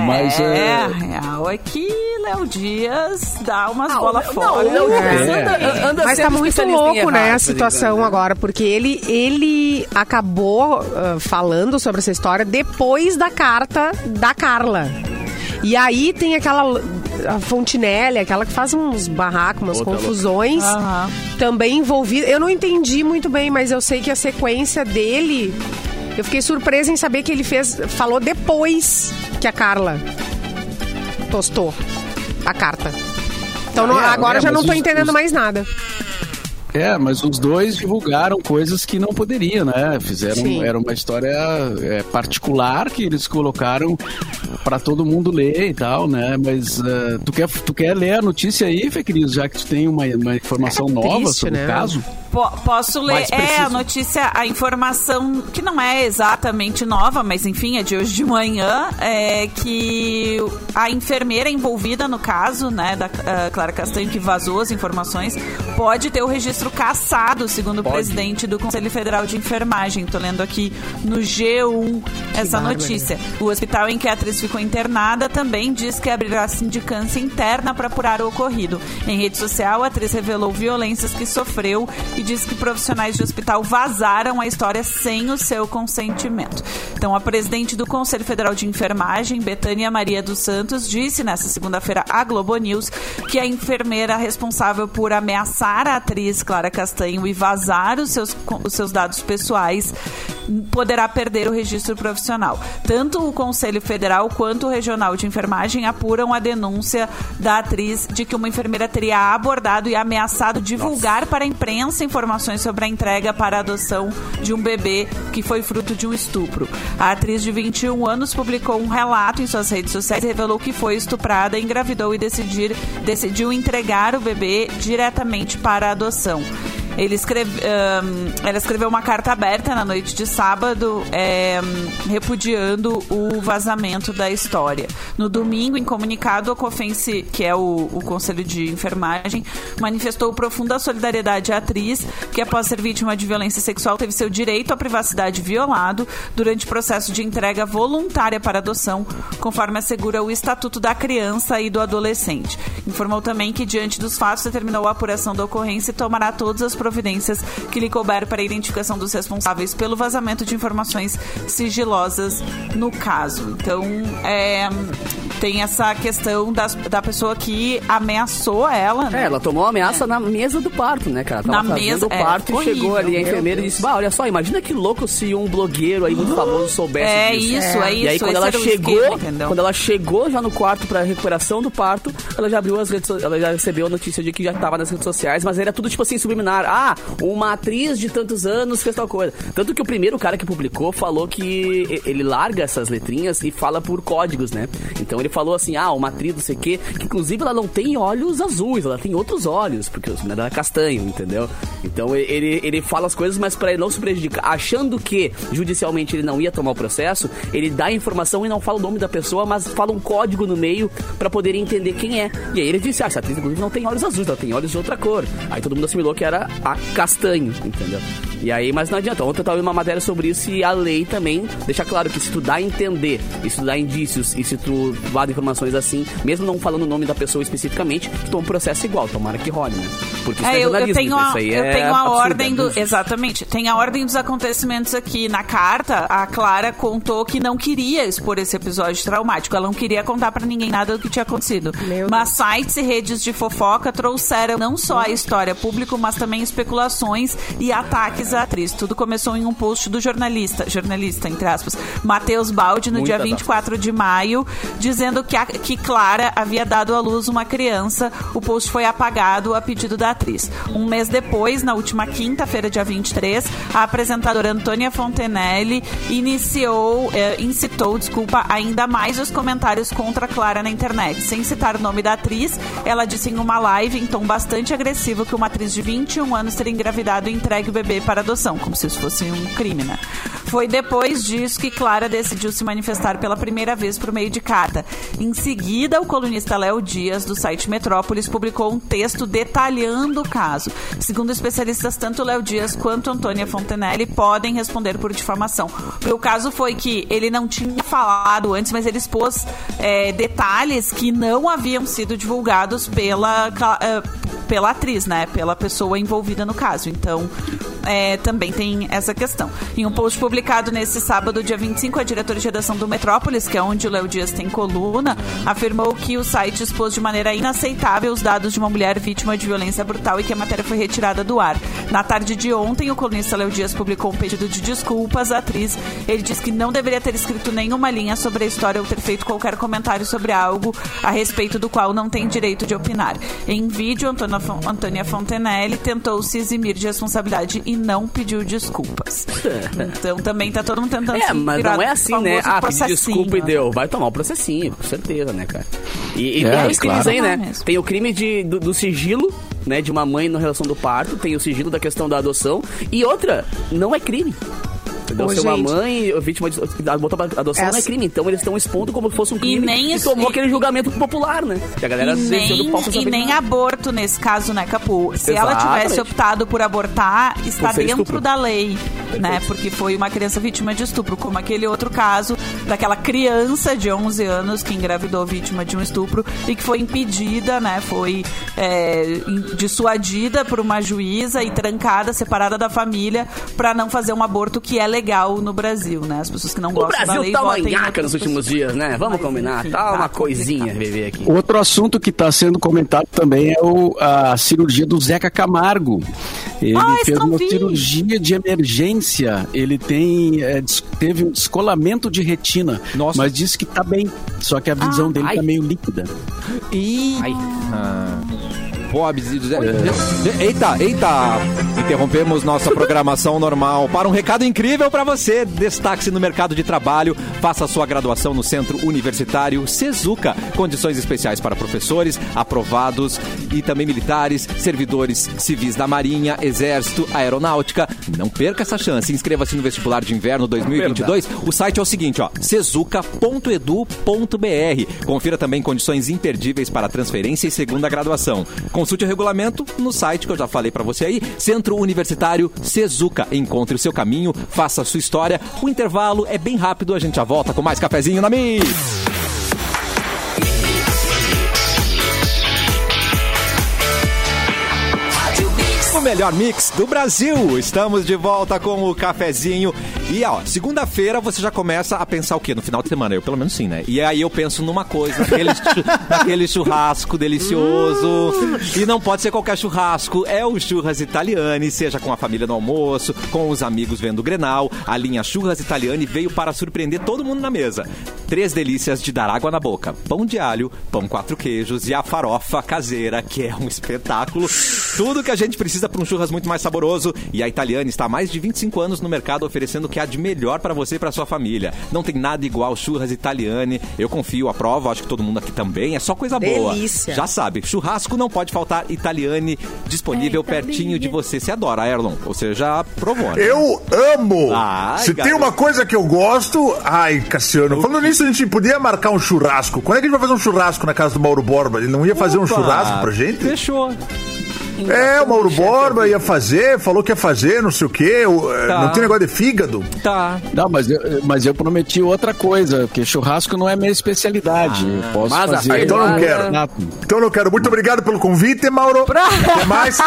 S2: Mas
S5: é, a
S2: é,
S5: real é que Léo Dias dá umas
S6: Ah,
S5: bolas
S6: não,
S5: fora.
S6: não,
S2: É.
S6: anda- anda
S3: Mas
S6: sendo
S3: tá muito
S6: especialista em
S3: louco,
S6: errar,
S3: né, a
S6: tá
S3: situação
S6: ligado?
S3: agora, porque ele, ele acabou ah, falando sobre essa história depois da carta da Carla. E aí tem aquela l- a Fontinelli, aquela que faz uns barracos, umas
S6: Outra
S3: confusões.
S5: Aham.
S3: Também envolvida. Eu não entendi muito bem, mas eu sei que a sequência dele. Eu fiquei surpresa em saber que ele fez. Falou depois que a Carla tostou a carta. Então não-
S2: É,
S3: agora
S2: é,
S3: já
S2: mas
S3: não tô
S2: os-
S3: entendendo
S2: os-
S3: mais nada.
S2: É, mas os dois divulgaram coisas que não poderiam, né? Fizeram,
S3: Sim.
S2: era uma história é, particular que eles colocaram pra todo mundo ler e tal, né? Mas eh, tu, quer, tu quer ler a notícia aí, Fê Cris, já que tu tem uma, uma informação
S5: tá
S3: É
S2: nova
S3: triste,
S2: sobre
S3: né?
S2: o caso?
S5: Po- posso ler?
S6: Mais
S5: É,
S6: preciso.
S5: a notícia, a informação que não é exatamente nova, mas enfim, é de hoje de manhã, é que a enfermeira envolvida no caso, né, da ah, Clara Castanho, que vazou as informações, pode ter o registro cassado, segundo o presidente do Conselho Federal de Enfermagem. Tô lendo aqui no G1 essa
S3: bárbaro.
S5: notícia.
S6: né?
S5: O hospital em que a atriz ficou internada também diz que abrirá sindicância interna para apurar o ocorrido. Em rede social, a atriz revelou violências que sofreu e diz que profissionais de hospital vazaram a história sem o seu consentimento. Então, a presidente do Conselho Federal de Enfermagem, Betânia Maria dos Santos, disse nesta segunda-feira à Globo News que a enfermeira responsável por ameaçar a atriz Clara Castanho e vazar os seus, os seus dados pessoais poderá perder o registro profissional. Tanto o Conselho Federal quanto o Regional de Enfermagem apuram a denúncia da atriz de que uma enfermeira teria abordado e ameaçado divulgar para a imprensa informações sobre a entrega para a adoção de um bebê que foi fruto de um estupro. A atriz de 21 anos publicou um relato em suas redes sociais e revelou que foi estuprada, engravidou e decidir- decidiu entregar o bebê diretamente para a adoção. Ele escreve, ahn, ela escreveu uma carta aberta na noite de sábado, eh, repudiando o vazamento da história. No domingo, em comunicado, a COFENSE, que é o, o Conselho de Enfermagem, manifestou profunda solidariedade à atriz, que após ser vítima de violência sexual, teve seu direito à privacidade violado durante o processo de entrega voluntária para adoção, conforme assegura o Estatuto da Criança e do Adolescente. Informou também que, diante dos fatos, determinou a apuração da ocorrência e tomará todas as providências que lhe couber para a identificação dos responsáveis pelo vazamento de informações sigilosas no caso. Então, é, tem essa questão das- da pessoa que ameaçou ela, né?
S6: É, ela tomou uma ameaça na mesa do parto, né, cara? Tava
S5: Na
S6: fazendo
S5: mesa,
S6: o
S5: é,
S6: parto e
S5: horrível,
S6: chegou ali a
S5: meu
S6: enfermeira e disse: Bah, olha só, imagina que louco se um blogueiro aí muito famoso soubesse
S5: É
S6: disso.
S5: isso, é
S6: E aí
S5: isso,
S6: quando
S5: esse
S6: ela
S5: era o
S6: chegou,
S5: esquema, entendeu?
S6: quando ela chegou já no quarto pra recuperação do parto, ela já abriu as redes, so- ela já recebeu a notícia de que já tava nas redes sociais, mas era tudo tipo assim subliminar. Ah, uma atriz de tantos anos fez tal coisa. Tanto que o primeiro cara que publicou falou que e- ele larga essas letrinhas e fala por códigos, né? Então ele falou assim: "Ah, uma atriz não sei o quê, que inclusive ela não tem olhos azuis, ela tem outros olhos, porque os dela é castanho, entendeu? Então e- ele ele fala as coisas, mas pra ele não se prejudicar, achando que judicialmente ele não ia tomar o processo, ele dá a informação e não fala o nome da pessoa, mas fala um código no meio pra poder entender quem é. E aí ele disse: "Ah, essa atriz inclusive não tem olhos azuis, ela tem olhos de outra cor". Aí todo mundo assimilou que era a castanho, entendeu? E aí, mas não adianta. Ontem eu tava vendo uma matéria sobre isso e a lei também deixa claro que se tu dá a entender, e se tu dá indícios e se tu vada informações assim, mesmo não falando o nome da pessoa especificamente, tu toma um processo igual, tomara que role, né? Porque isso
S5: É,
S6: é,
S5: eu, eu
S6: jornalismo,
S5: tenho a,
S6: isso aí
S5: eu
S6: é
S5: tenho a
S6: absurdo,
S5: ordem do.
S6: absurdo.
S5: Exatamente. Tem a ordem dos acontecimentos aqui. Na carta, a Clara contou que não queria expor esse episódio traumático. Ela não queria contar pra ninguém nada do que tinha acontecido.
S3: Meu
S5: mas sites e redes de fofoca trouxeram não só a história a público, mas também especulações e ataques à atriz. Tudo começou em um post do jornalista, jornalista, entre aspas, Matheus Baldi, no dia
S6: Muitas
S5: 24 de maio, dizendo que, a- que Clara havia dado à luz uma criança. O post foi apagado a pedido da atriz. Um mês depois, na última quinta-feira, dia 23, a apresentadora Antônia Fontenelle iniciou, eh, incitou, desculpa, ainda mais os comentários contra Clara na internet. Sem citar o nome da atriz, ela disse em uma live em tom bastante agressivo que uma atriz de 21 anos teria engravidado e entregue o bebê para adoção, como se isso fosse um crime, né? Foi depois disso que Clara decidiu se manifestar pela primeira vez por meio de carta. Em seguida, o colunista Léo Dias, do site Metrópolis, publicou um texto detalhando o caso. Segundo especialistas, tanto Léo Dias quanto Antônia Fontenelle podem responder por difamação. Porque o caso foi que ele não tinha falado antes, mas ele expôs eh, detalhes que não haviam sido divulgados pela, Cla- eh, pela atriz, né? Pela pessoa envolvida no caso. Então, é, também tem essa questão. Em um post publicado nesse sábado, dia 25, a diretora de redação do Metrópolis, que é onde o Léo Dias tem coluna, afirmou que o site expôs de maneira inaceitável os dados de uma mulher vítima de violência brutal e que a matéria foi retirada do ar. Na tarde de ontem, o colunista Léo Dias publicou um pedido de desculpas à atriz. Ele diz que não deveria ter escrito nenhuma linha sobre a história ou ter feito qualquer comentário sobre algo a respeito do qual não tem direito de opinar. Em vídeo, Antônia, Fon- Antônia Fontenelle tentou se eximir de responsabilidade e não pediu desculpas. Então também tá todo mundo tentando
S6: É,
S5: se
S6: mas
S5: virar
S6: não é
S5: do
S6: assim,
S5: famoso
S6: né? Ah, pedi
S5: processinho,
S6: desculpa e
S5: né?
S6: deu. Vai tomar um processinho, com certeza, né, cara? E, e
S2: É,
S6: tem os crimes
S2: claro.
S6: aí,
S5: Não,
S6: né?
S5: mesmo.
S6: Tem o crime de, do, do sigilo, né? De uma mãe na relação do parto, tem o sigilo da questão da adoção. E outra, não é crime. Entendeu?
S3: Ô,
S6: Ser uma
S3: gente.
S6: mãe vítima de botou pra adoção não é
S3: Essa-
S6: crime. Então eles estão expondo como se fosse um crime.
S5: nem isso-
S6: tomou
S5: e-
S6: aquele julgamento popular, né? Que a galera
S5: E
S6: sendo
S5: nem,
S6: falsa
S5: e nem
S6: habilidade.
S5: aborto nesse caso, né, Capu? Se ela
S6: Exatamente.
S5: tivesse optado por abortar, está
S6: Por ser
S5: dentro
S6: estupro.
S5: da lei, né? Porque foi uma criança vítima de estupro, como aquele outro caso daquela criança de 11 anos que engravidou vítima de um estupro e que foi impedida, né? Foi é, in- dissuadida por uma juíza e trancada, separada da família, para não fazer um aborto que é legal no Brasil, né? As pessoas que não
S6: O
S5: gostam da
S6: Brasil
S5: lei
S6: tá uma
S5: votem em
S6: nhaca
S5: outras
S6: nos últimos
S5: pessoas.
S6: dias, né? Vamos
S5: Mas,
S6: combinar.
S5: enfim,
S6: Tá uma
S5: complicado.
S6: coisinha viver aqui.
S2: Outro assunto que está sendo comentado também é o- a cirurgia do Zeca Camargo. Ele
S5: Ah, esse
S2: fez
S5: não
S2: uma
S5: vi.
S2: cirurgia de emergência. Ele tem é, des- teve um descolamento de retina,
S1: Nossa.
S2: mas disse que está bem. Só que a visão dele
S6: Ah, ai.
S2: está meio líquida.
S1: E...
S6: Ai.
S1: Ah. Pobres e Zé. Eita, eita! Interrompemos nossa programação normal para um recado incrível para você. Destaque-se no mercado de trabalho. Faça sua graduação no Centro Universitário Sezuca. Condições especiais para professores, aprovados e também militares, servidores civis da Marinha, Exército, Aeronáutica. Não perca essa chance. Inscreva-se no vestibular de inverno 2022. O site é o seguinte, ó, sezuca.edu.br. Confira também condições imperdíveis para transferência e segunda graduação. Consulte o regulamento no site que eu já falei para você aí, Centro Universitário Sezuca. Encontre o seu caminho, faça a sua história. O intervalo é bem rápido, a gente já volta com mais cafezinho na Mix. O melhor mix do Brasil. Estamos de volta com o cafezinho. E ó, segunda-feira você já começa a pensar o quê? No final de semana, eu pelo menos sim, né? E aí eu penso numa coisa, naquele, chu- naquele churrasco delicioso. E não pode ser qualquer churrasco, é o Churras Italiani, seja com a família no almoço, com os amigos vendo o Grenal. A linha Churras Italiani veio para surpreender todo mundo na mesa. Três delícias de dar água na boca: pão de alho, pão quatro queijos e a farofa caseira, que é um espetáculo. Tudo que a gente precisa para um churras muito mais saboroso. E a Italiana está há mais de 25 anos no mercado oferecendo o que há de melhor para você e para sua família. Não tem nada igual churras Italiane. Eu confio, aprovo, acho que todo mundo aqui também. É só coisa
S3: Delícia.
S1: boa. Já sabe, churrasco não pode faltar Italiane disponível pertinho de você. Você adora, Erlon. Ou seja, já provou, né?
S7: Eu amo!
S1: Ai,
S7: Se tem
S1: garoto.
S7: uma coisa que eu gosto. Ai, Cassiano, falando nisso, a gente podia marcar um churrasco. Quando é que a gente vai fazer um churrasco na casa do Mauro Borba? Ele não ia fazer um
S1: Opa,
S7: churrasco pra gente?
S1: Fechou.
S7: É, o Mauro Borba ia fazer, falou que ia fazer, não sei o quê. o- eh,
S1: Tá.
S7: Não tem negócio de fígado?
S1: Tá.
S2: Não, mas eu, mas eu prometi outra coisa, porque churrasco não é minha especialidade. eu posso
S6: Ah, mas a
S1: Tá,
S2: fazer.
S7: Então não
S6: Eduardo,
S7: quero. Então não quero. Muito obrigado pelo convite, Mauro. Até mais.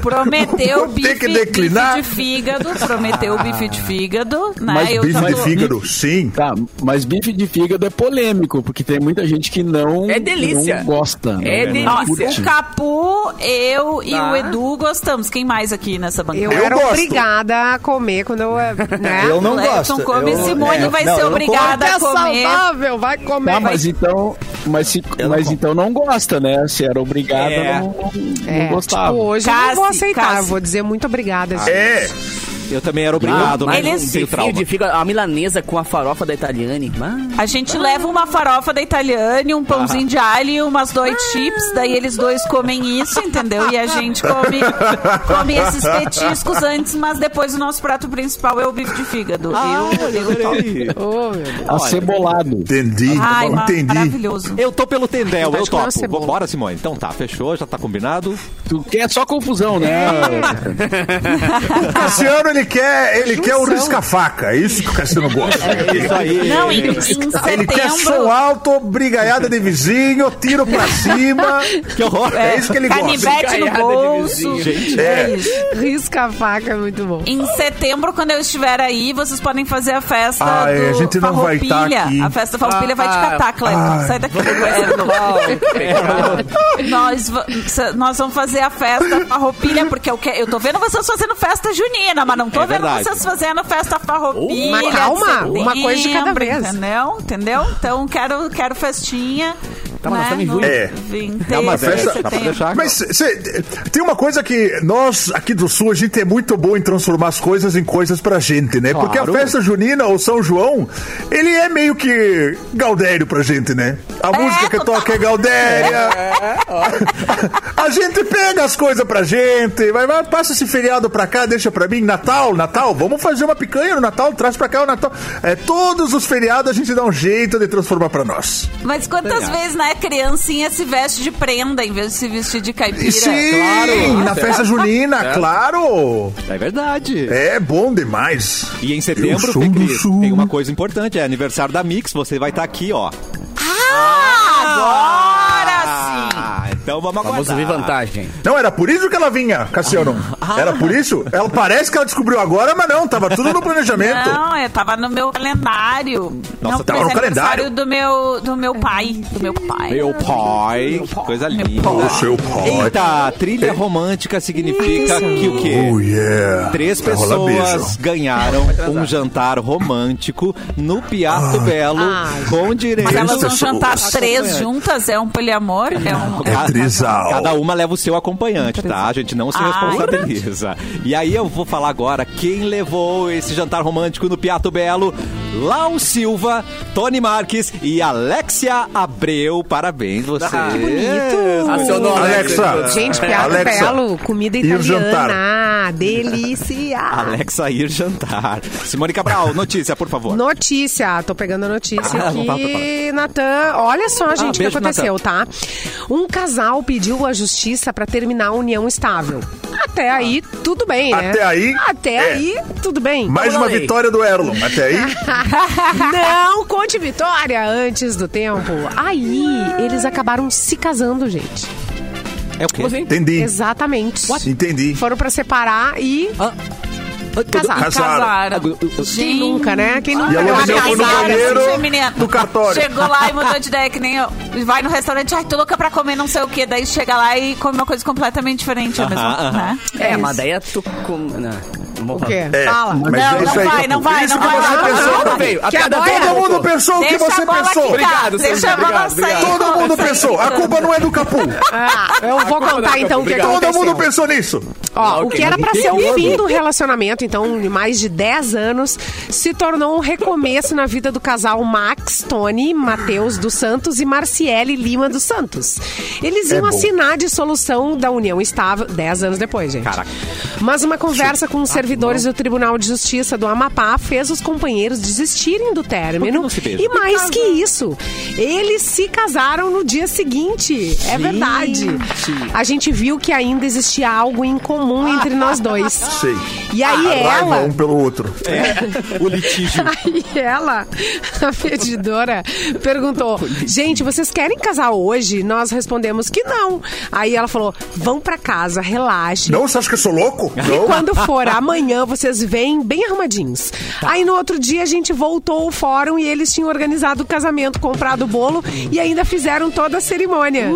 S5: Prometeu
S7: Vou ter
S5: bife,
S7: que declinar.
S5: bife de fígado, prometeu bife de fígado, né?
S2: Mas
S5: Eu
S7: Bife
S5: já
S7: de
S5: tô-
S7: fígado, sim.
S2: Tá, mas bife de fígado é polêmico, porque tem muita gente que não,
S6: É delícia.
S2: que não gosta. né?
S6: É delícia.
S2: Não
S5: Ó,
S2: curte.
S5: o Capu, eu e
S6: Tá.
S5: o Edu gostamos. Quem mais aqui nessa bancada?
S3: Eu,
S7: Eu
S3: era
S7: gosto.
S3: obrigada a comer quando eu. Né?
S4: Eu não
S5: O Everton
S4: gosto.
S5: come,
S4: eu,
S5: Simone vai ser
S4: eu não
S5: obrigada.
S3: é
S5: a comer.
S3: saudável, vai comer.
S2: Tá, mas então, mas, se,
S4: Eu não
S2: mas
S4: como.
S2: então não gosta, né? Se era obrigada,
S1: É.
S2: não, não
S3: É,
S2: gostava.
S3: tipo, hoje eu não vou
S5: Cassi,
S3: aceitar,
S5: Cassi.
S3: vou dizer muito obrigada. gente.
S7: É.
S1: Eu também era obrigado,
S6: Ah, mas é assim,
S1: mas
S5: eles-
S1: não tenho trauma.
S6: de figa, a milanesa com a farofa da italiane. Mas...
S5: A gente leva uma farofa da italiana, um pãozinho de alho e umas dois
S4: Ah.
S5: chips, daí eles dois comem isso, entendeu? E a gente come, come esses petiscos antes, mas depois o nosso prato principal é o bife de fígado.
S4: Ah.
S5: eu, eu topo.
S3: Ô, meu Deus.
S2: Acebolado.
S7: Entendi.
S5: Ai, ma-
S7: Entendi.
S5: maravilhoso.
S1: Eu tô pelo tendel, eu
S3: Acho que não é
S1: topo.
S3: cebola.
S1: Bora, Simone. Então tá, fechou, já tá combinado. É.
S2: Tu quer só confusão, né?
S7: Cassiano, ele Cassiane quer, ele quer o risca-faca. É isso que o Cassiano gosta.
S1: Isso aí.
S5: Não, em, em
S7: Ele quer som
S5: setembro.
S7: alto, brigaiada de vizinho, tiro pra cima.
S1: Que horror.
S7: É isso que ele gosta.
S5: Canivete no bolso.
S1: Gente,
S5: é
S7: é.
S5: isso.
S3: Risca a faca, é muito bom.
S5: Em setembro, quando eu estiver aí, vocês podem fazer a festa
S7: Ai,
S5: do
S7: a gente não vai tá
S5: Farroupilha.
S7: aqui.
S5: A festa Farroupilha vai te
S6: Ah,
S5: catar, Cleiton. Sai daqui. nós, va- se- nós vamos fazer a festa Farroupilha, porque eu, que, eu tô vendo vocês fazendo festa junina, mas não tô
S1: É
S5: vendo
S1: verdade.
S5: vocês fazendo festa Farroupilha.
S3: Mas
S5: de
S3: calma, uma coisa de cada
S5: setembro,
S3: vez.
S5: Entendeu? Entendeu? Então, quero, quero festinha.
S6: Tá, mas nós
S5: né,
S6: estamos em
S5: no
S6: julho.
S7: É.
S5: 20
S1: Não, mas
S5: de
S1: é,
S7: festa-
S1: dá pra
S5: setembro.
S2: Ah,
S1: deixar.
S7: Mas cê- cê- tem uma coisa que nós aqui do Sul, a gente é muito bom em transformar as coisas em coisas pra gente, né? Porque a
S1: Claro.
S7: festa junina ou São João, ele é meio que Gaudério pra gente, né? A música que
S5: total.
S7: toca é Gaudéria. a gente pega as coisas pra gente, vai, vai, passa esse feriado pra cá, deixa pra mim. Natal, Natal, vamos fazer uma picanha no Natal, traz pra cá o Natal. É, todos os feriados a gente dá um jeito de transformar pra nós.
S5: Mas quantas vezes, né, criancinha se veste de prenda em vez de se vestir de caipira?
S7: Sim,
S1: claro.
S7: na festa junina, claro.
S1: É verdade.
S7: É bom demais.
S1: E em
S7: Eu
S1: setembro,
S7: sou
S1: Fê
S7: do
S1: Cris,
S7: sul.
S1: tem uma coisa importante, é aniversário da Mix, você vai estar aqui, ó.
S5: Agora sim!
S1: Ah, então vamos aguardar.
S6: Vamos ver vantagem.
S7: Não, era por isso que ela vinha, Cassiano. Era por isso? Ela parece que ela descobriu agora, mas não, tava tudo no planejamento.
S5: Não, eu tava no meu calendário.
S1: Nossa,
S5: Não,
S1: tava
S5: mas
S7: no
S5: é aniversário
S7: calendário?
S5: do meu, do meu pai. Do meu pai.
S1: Meu pai, que coisa linda.
S7: O seu pai.
S1: Eita, trilha romântica significa que o quê?
S7: Oh, yeah.
S1: Três
S7: Vai rolar
S1: pessoas
S7: beijo.
S1: ganharam um jantar romântico no Piato Belo com direito.
S5: Mas elas vão
S7: Isso,
S5: jantar
S7: isso.
S5: três juntas? É um poliamor? É um...
S7: um É trisal.
S1: Cada uma leva o seu acompanhante, tá? A gente não se
S5: Ah,
S1: responsabiliza. E aí eu vou falar agora quem levou esse jantar romântico no Piato Belo. Lau Silva, Tony Marques e Alexia Abreu. Parabéns,
S5: Ah,
S1: vocês.
S6: que
S1: bonito.
S6: Acionou,
S7: Alexa.
S3: Gente, piado
S7: Ah, Alexa,
S3: belo, comida
S7: e o jantar?
S3: italiana, delícia.
S1: Ah, Alexa ir jantar. Simone Cabral, notícia, por favor.
S3: Notícia, tô pegando a notícia
S1: Ah, não tá
S3: aqui,
S1: preparado.
S3: Natan. Olha só, gente, o que
S1: beijo,
S3: aconteceu, tá? Um casal pediu à justiça pra terminar a união estável. Até aí, tudo bem, né?
S7: Até aí,
S3: Até
S7: é.
S3: aí, tudo bem.
S7: Mais uma
S6: Lei.
S7: vitória do Erlon. Até aí,
S3: Não conte vitória antes do tempo. Aí, eles acabaram se casando, gente.
S1: É o quê?
S7: entendi.
S3: Exatamente.
S7: Entendi.
S3: Foram pra separar e
S5: ah,
S3: casar.
S7: Casaram.
S6: Ah,
S3: Quem nunca, né? Quem nunca
S7: E a
S3: deu uma
S7: Luciana foi no
S3: casada?
S7: banheiro
S5: assim, feminina.
S7: do cartório.
S5: Chegou lá e mudou de ideia, que nem eu. Vai no restaurante, ai, tô louca pra comer não sei o quê. Daí chega lá e come uma coisa completamente diferente. é a mesma-
S1: Aham,
S5: né?
S6: É, mas daí é tu. Com... Não, não vou
S3: O quê?
S6: falar.
S7: É,
S3: Fala.
S7: mas
S5: Não,
S7: é
S5: não
S7: isso aí.
S5: vai, não vai,
S7: Isso
S5: não
S7: que
S5: vai,
S7: você
S5: não vai,
S7: pensou.
S5: não vai.
S6: veio.
S3: Que
S6: Até-
S3: agora-
S6: até
S7: Todo mundo pensou É o que
S5: Deixa
S7: você
S5: a bola
S7: pensou.
S5: quicar.
S6: Obrigado, Sandra,
S5: Deixa a bola
S6: obrigado,
S5: sair.
S7: Todo mundo
S5: sair
S7: pensou. A
S5: quicando.
S7: culpa não é do Capu.
S3: Ah, eu vou contar então o que aconteceu.
S7: Todo mundo pensou nisso.
S3: Ó, o que era pra
S2: Ninguém
S3: ser o
S2: ouve.
S3: fim do relacionamento, então, de mais de 10 anos, se tornou um recomeço na vida do casal Max, Tony, Matheus dos Santos e Marciele Lima dos Santos. Eles iam
S7: bom.
S3: assinar a dissolução da união estável 10 anos depois, gente.
S1: Caraca.
S3: Mas uma conversa com os servidores do Tribunal de Justiça do Amapá fez os companheiros desistirem do término.
S1: não se beijam?
S3: E mais que isso, eles se casaram no dia seguinte. É verdade. A gente viu que ainda existia algo em comum entre nós dois.
S7: Sei.
S3: E aí
S7: Ah,
S3: ela.
S7: raiva um pelo outro.
S1: O litígio.
S3: Aí ela, a pedidora, perguntou: Gente, vocês querem casar hoje? Nós respondemos que não. Aí ela falou: Vão pra casa, relaxem.
S7: Não, você acha que eu sou louco?
S3: E
S7: Não.
S3: quando for amanhã, vocês vêm bem arrumadinhos. Aí no outro dia a gente voltou ao fórum e eles tinham organizado o casamento, comprado o bolo e ainda fizeram toda a cerimônia.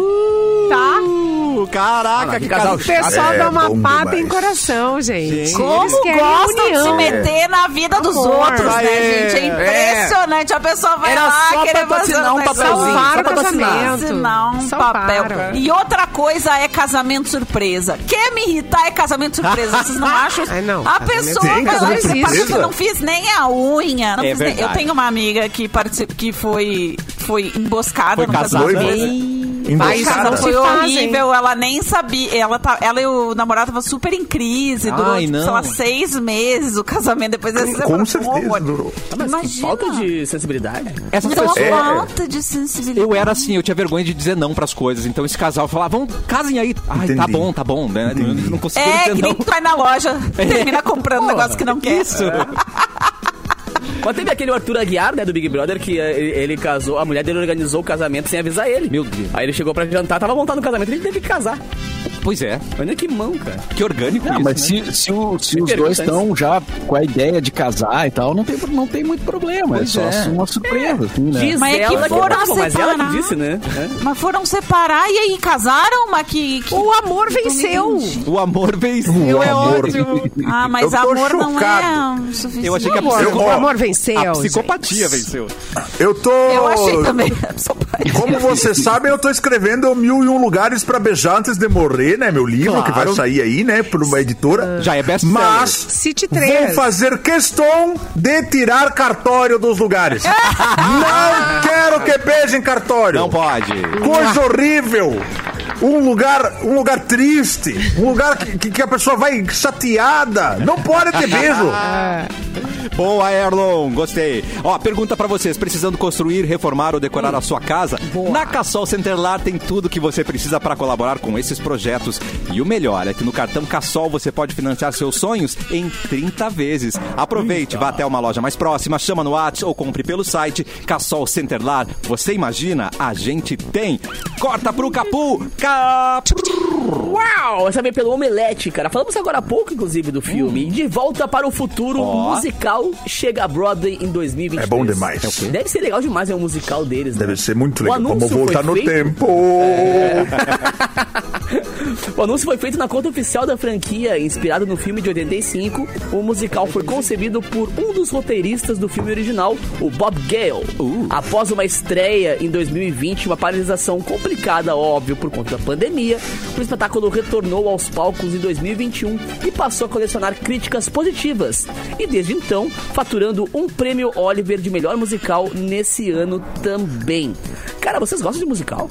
S3: Tá?
S1: Uh, Caraca, que casal.
S3: O pessoal
S7: É,
S3: do
S7: bom
S3: Amapá tem
S7: demais.
S3: coração, gente. Eles
S5: Como
S3: querem
S5: gostam de se
S3: união.
S5: meter na vida dos
S3: Amor.
S5: outros, né,
S1: Aê.
S5: gente? É impressionante. A pessoa vai
S6: Era
S5: lá
S6: só
S5: querer
S6: pra tu
S5: fazer
S6: assinar um
S5: negócio.
S6: papelzinho,
S3: Salvar
S6: só
S3: o
S6: pra tu assinar.
S3: casamento.
S5: Assinar um
S3: Salvaram.
S5: papel. E outra coisa é casamento surpresa. Quer me irritar é casamento surpresa. Vocês não acham?
S3: Ai, não.
S5: A
S3: Casamento
S5: pessoa
S7: surpresa.
S5: vai lá e se
S7: Tem casamento
S5: passa que
S7: surpresa?
S5: eu não fiz nem a unha. não
S1: É
S5: fiz nem- Eu
S1: verdade.
S5: tenho uma amiga que, participa, que foi, foi emboscada
S1: Foi
S5: no
S1: casada.
S5: casamento.
S7: Noiva.
S5: Ai,
S7: Endossada.
S5: cara,
S3: não
S5: foi
S3: se fazem.
S5: horrível. Ela nem sabia. Ela, tá, ela e o namorado estavam super em crise. Durou,
S1: Ai,
S5: tipo,
S1: não.
S5: sei lá, seis meses o casamento. Depois eles se um
S7: Com
S5: separaram.
S7: certeza. durou.
S5: Imagina.
S6: Falta de sensibilidade.
S5: Não,
S1: Essas pessoas.
S5: falta de sensibilidade.
S1: Eu era assim, eu tinha vergonha de dizer não pras coisas. Então esse casal falava, vamos, casem aí. Ai, tá
S7: Entendi.
S1: bom, tá bom, né?
S7: Entendi.
S1: Não conseguia
S5: É,
S1: dizer
S5: que
S1: não.
S5: nem tu vai na loja, termina comprando um negócio que não quer. É.
S1: Isso.
S6: Mas teve aquele Arthur Aguiar, né, do Big Brother, que eh, ele, ele casou, a mulher dele organizou o casamento sem avisar ele.
S1: Meu Deus.
S6: Aí ele chegou pra jantar, tava montado no casamento, ele teve que casar.
S1: Pois é,
S6: Olha que mão, cara.
S1: que orgânico
S7: Ah,
S2: Não,
S1: isso,
S2: mas
S1: né?
S2: se, se, o- se
S6: Me
S2: os dois
S6: pergunta
S2: estão já com a ideia de casar e tal, não tem, não tem muito problema.
S1: Pois
S2: é
S1: é.
S2: só uma surpresa. assim, né?
S6: Diz
S5: Mas é que
S6: ela
S5: foram
S6: Pô, Mas ela
S5: separar.
S6: que disse, né? É.
S5: Mas foram separar e aí casaram, mas que. que-
S3: O amor venceu.
S1: O amor venceu,
S7: O
S1: é
S7: amor.
S1: ótimo.
S5: Ah,
S7: Eu
S5: mas
S7: tô
S5: amor não é
S7: chocado.
S5: o suficiente.
S1: Eu achei
S3: O
S1: que a,
S3: amor,
S1: psico-
S7: vou-
S3: o amor venceu.
S1: a
S3: gente.
S1: psicopatia venceu.
S7: Eu tô.
S5: Eu achei também. Só parece.
S7: Como vocês sabem, eu tô escrevendo mil e um lugares pra beijar antes de morrer, né? Meu livro
S1: Claro.
S7: que vai sair aí, né? Por uma editora.
S1: Já é best-seller.
S7: Mas
S3: City
S7: vou
S3: 3.
S7: fazer questão de tirar cartório dos lugares. Não quero que beijem cartório.
S1: Não pode.
S7: Coisa horrível. Um lugar, um lugar triste, um lugar que, que- que a pessoa vai chateada. Não pode ter beijo.
S1: Boa, Erlon, gostei. Ó, pergunta pra vocês, precisando construir, reformar ou decorar a sua casa? Na Cassol Centerlar tem tudo que você precisa para colaborar com esses projetos. E o melhor é que no cartão Cassol você pode financiar seus sonhos em 30 vezes. Aproveite, vá até uma loja mais próxima, chama no WhatsApp ou compre pelo site Cassol Centerlar. Você imagina? A gente tem. Corta pro Capu. Capu.
S6: Uau! Essa veio pelo Omelete, cara. Falamos agora há pouco, inclusive, do
S7: Hum.
S6: filme. De volta para o futuro
S1: Ó.
S6: musical chega a Broadway em 2023.
S7: É bom demais. É o quê?
S6: Deve ser legal demais, é um musical deles, né?
S7: Deve ser muito
S6: O
S7: legal. Vamos
S6: anúncio foi
S7: voltar no
S6: feito- É.
S7: tempo.
S6: O anúncio foi feito na conta oficial da franquia, inspirado no filme de 85. O musical foi concebido por um dos roteiristas do filme original, o Bob Gale. Após uma estreia em 2020, uma paralisação complicada, óbvio, por conta da pandemia, o espetáculo retornou aos palcos em 2021 e passou a colecionar críticas positivas. E desde então, faturando um prêmio Oliver de melhor musical nesse ano também. Cara, vocês gostam de musical?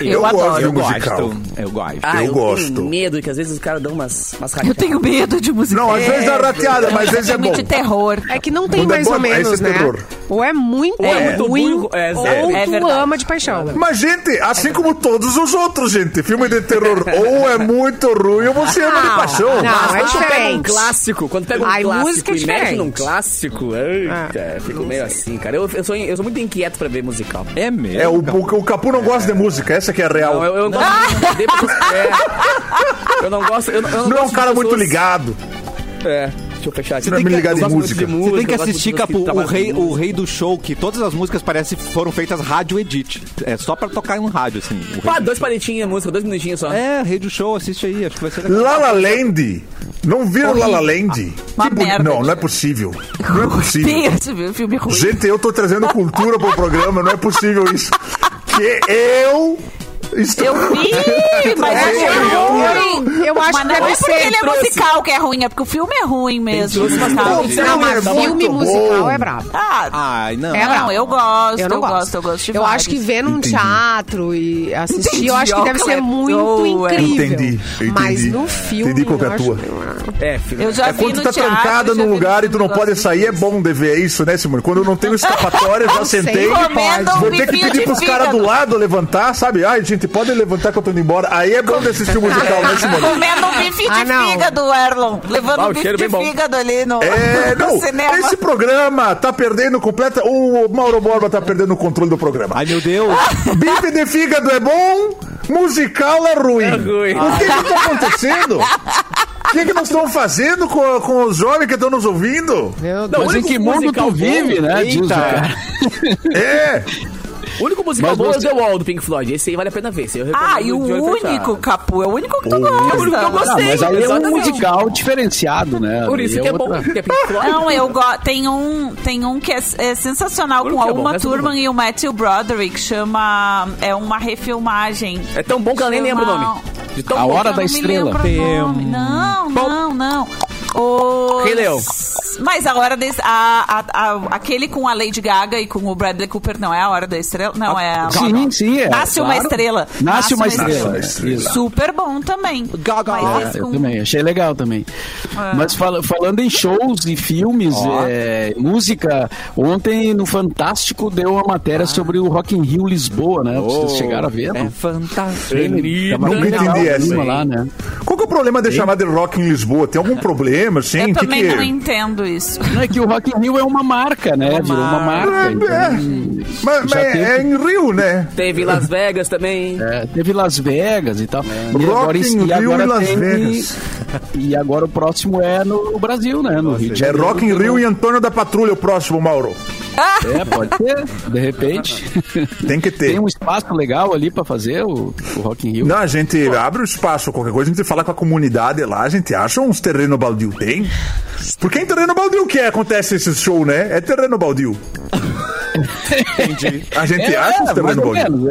S7: Eu gosto de
S1: eu
S7: musical.
S1: gosto. é, Eu gosto.
S6: Ah, eu,
S7: gosto.
S6: tenho medo que às vezes os cacaras dão umas, umas
S5: Eu
S6: rateadas.
S5: tenho medo de música.
S7: Não, às vezes é rateada, mas às vezes é
S5: filme
S7: bom.
S5: de terror.
S3: É que não tem
S7: Quando é
S3: mais
S7: bom,
S3: ou menos,
S7: esse é
S3: né?
S7: terror.
S3: Ou é muito
S6: Ou é muito
S3: ruim,
S6: ruim, é
S3: ou
S6: zero.
S5: É
S3: tu
S5: verdade.
S3: ama de paixão.
S7: Mas, gente, assim como todos os outros, gente, filme de terror ou é muito ruim ou você ama de
S3: Não,
S7: paixão.
S3: não, é
S6: Quando pega um
S3: diferente.
S6: clássico, quando pega um
S3: Ai,
S6: clássico
S3: música é
S6: e mexe
S3: diferente.
S6: num clássico, eita, fico meio assim, cara. Eu, eu sou, eu sou muito inquieto pra ver musical.
S1: É mesmo.
S7: É, o, o, o Capu não gosta de música, essa que é a real.
S6: Não,
S7: Não,
S6: eu, eu não gosto de entender pessoas- é. Eu não gosto. Eu, não- eu não
S7: é
S6: gosto
S7: um
S6: de
S7: cara muito
S6: pessoas-
S7: ligado.
S6: É, deixa eu fechar aqui.
S7: Não é me ligar de
S6: Eu gosto muito
S1: Você
S7: música.
S1: tem que
S6: eu gosto muito tá de
S1: assistir,
S6: pessoas que
S1: Capu, o
S6: trabalham
S1: rei,
S6: com
S1: o rei do show, que todas as músicas parecem foram feitas rádio edit. É só pra tocar em um rádio, assim. O rei
S6: Pá,
S1: do-
S6: Ah, dois palitinhos a música, dois minutinhos só.
S1: É, rei do show, assiste aí, acho que vai ser legal.
S7: Lala Land. Não viram Lala Land?
S5: Ah, Uma
S7: Que boni-
S5: merda,
S7: não, não é
S5: gente.
S7: possível. Não é
S5: Tem
S7: possível.
S5: esse filme ruim.
S7: Gente, eu tô trazendo cultura pro programa, não é possível isso. Que eu estou.
S5: Eu vi, mas
S7: É,
S5: achei
S7: eu-
S5: ruim.
S3: eu acho
S5: mas
S3: que
S5: não
S3: deve
S5: é porque
S3: ser-
S5: ele é
S6: trouxe.
S5: musical que é ruim, é porque o filme é ruim mesmo.
S6: trouxe umas
S5: musical.
S6: coisas.
S3: Não, mas
S7: Filme é
S3: filme
S7: muito
S3: musical
S7: bom.
S3: é brabo.
S5: Ah,
S1: Ai, não.
S3: É
S5: não,
S3: brabo.
S5: eu gosto, eu,
S3: não
S5: gosto. eu gosto de
S3: Eu
S5: vários.
S3: acho que ver num
S7: Entendi.
S3: teatro e assistir, eu acho
S5: Entendi,
S3: que deve
S5: ó,
S3: ser
S5: Cleber.
S3: muito
S5: Oh, é.
S3: incrível.
S7: Entendi, eu
S3: Mas
S7: entendi.
S3: no filme.
S7: Entendi qual que é a
S3: eu acho-
S6: É, filho.
S5: Eu já
S7: É
S5: vi
S7: quando
S5: no
S7: tu tá
S5: teatro,
S7: trancada
S5: já
S7: num
S5: vi
S7: lugar e tu não
S5: negócio.
S7: pode sair, é bom de ver isso, né, Simone? Quando eu não tenho escapatória, já sentei.
S5: Encomenda um
S7: Vou ter que
S5: bifinho
S7: pedir
S5: de
S7: pros caras do
S5: fígado.
S7: lado levantar, sabe? Ai, gente, pode levantar que eu tô indo embora. Aí é bom de assistir o musical, né, Simone?
S5: Comendo um bife de
S3: Ah, não.
S5: fígado, Erlon. Levando
S6: Ah,
S5: um
S6: o
S5: bife
S6: cheiro
S5: de
S6: bem bom.
S5: fígado ali no,
S7: É,
S5: no
S7: não,
S5: cinema.
S7: esse programa tá perdendo completa. O Mauro Borba tá perdendo o controle do programa.
S1: Ai, meu Deus.
S7: Bife de fígado é bom, musical é ruim.
S6: É ruim.
S7: O que que tá acontecendo? O que que nós estamos fazendo com, com os homens que estão nos ouvindo?
S3: Meu
S6: Não,
S3: Deus.
S2: Mas em
S6: o único
S2: que mundo
S6: musical
S2: tu vive,
S6: bom-
S2: né? Diz o
S1: Eita.
S2: cara.
S7: É,
S6: O único musical
S2: Mas
S6: bom
S2: você-
S6: é o The Wall do Pink Floyd. Esse aí vale a pena ver. Esse aí eu
S5: Ah,
S6: recomendo
S5: e o
S6: de olho fechado.
S5: único, Capu, é o único que tu
S6: É o único que
S5: gosta.
S6: eu gosto.
S2: Ah, mas aí é um
S6: Exatamente.
S2: musical diferenciado, né?
S6: Por isso
S2: Aí
S6: que é bom.
S2: outra-
S6: Porque é Pink Floyd.
S5: Não, eu gosto. Tem um, tem um que é, é sensacional
S6: Olha
S5: com
S6: o
S5: a
S6: que é bom,
S5: Uma
S6: mas tudo
S5: Thurman
S6: bom.
S5: e o Matthew Broderick, que chama. É uma refilmagem.
S6: É tão bom que ela nem lembra o nome. De tão
S2: A
S6: bom.
S2: hora
S5: Eu
S2: da
S5: não me
S2: estrela.
S5: lembro o nome. Não, não, não. Os...
S6: Rei Leão.
S5: Mas a hora desse, a, a- a- aquele com a Lady Gaga e com o Bradley Cooper não é a hora da estrela? Não, é a...
S2: Sim, sim, é.
S5: Nasce uma
S2: claro.
S5: estrela.
S2: Nasce, uma, estrela. Isso.
S5: Super bom também.
S1: Gaga.
S5: Mas esse
S2: É, eu
S5: com-
S2: também, achei legal também. Mas fala- falando em shows e filmes, é, música, ontem no Fantástico deu uma matéria
S7: Ah.
S2: sobre o Rock in Rio Lisboa, né? Vocês chegaram a ver? não?
S9: fantástico.
S2: Tava
S7: Nunca
S2: bem legal
S7: entendi
S2: o
S7: essa,
S2: clima
S7: hein?
S2: lá, né?
S7: Qual que é o problema de chamar de rock em Lisboa? Tem algum problema, assim?
S5: Eu
S7: Que
S5: também
S7: que-
S5: não entendo isso.
S2: Não é que o Rock in Rio é uma marca, né? Virou uma marca.
S7: É, é.
S2: então,
S7: Mas, mas
S2: já
S7: é,
S2: teve-
S7: é em Rio, né?
S6: Teve Las Vegas também.
S2: É, teve Las Vegas e tal. E
S7: Rock in Rio e Las
S2: tem-
S7: Vegas.
S2: E agora o próximo é no Brasil, né? No Rio de
S7: É
S2: Janeiro.
S7: Rock em Rio e Antônio da Patrulha o próximo, Mauro.
S2: É, pode ser. De repente.
S7: Tem que ter.
S2: Tem um espaço legal ali pra fazer o, o Rock in Rio.
S7: Não, a gente abre o espaço, qualquer coisa, a gente fala com a comunidade lá, a gente acha uns terreno baldio, tem? Porque é em terreno baldio que acontece esse show, né? É terreno baldio. Entendi. A
S5: É,
S7: gente acha uns
S2: É, mais
S7: terreno
S2: ou
S7: baldio.
S2: menos.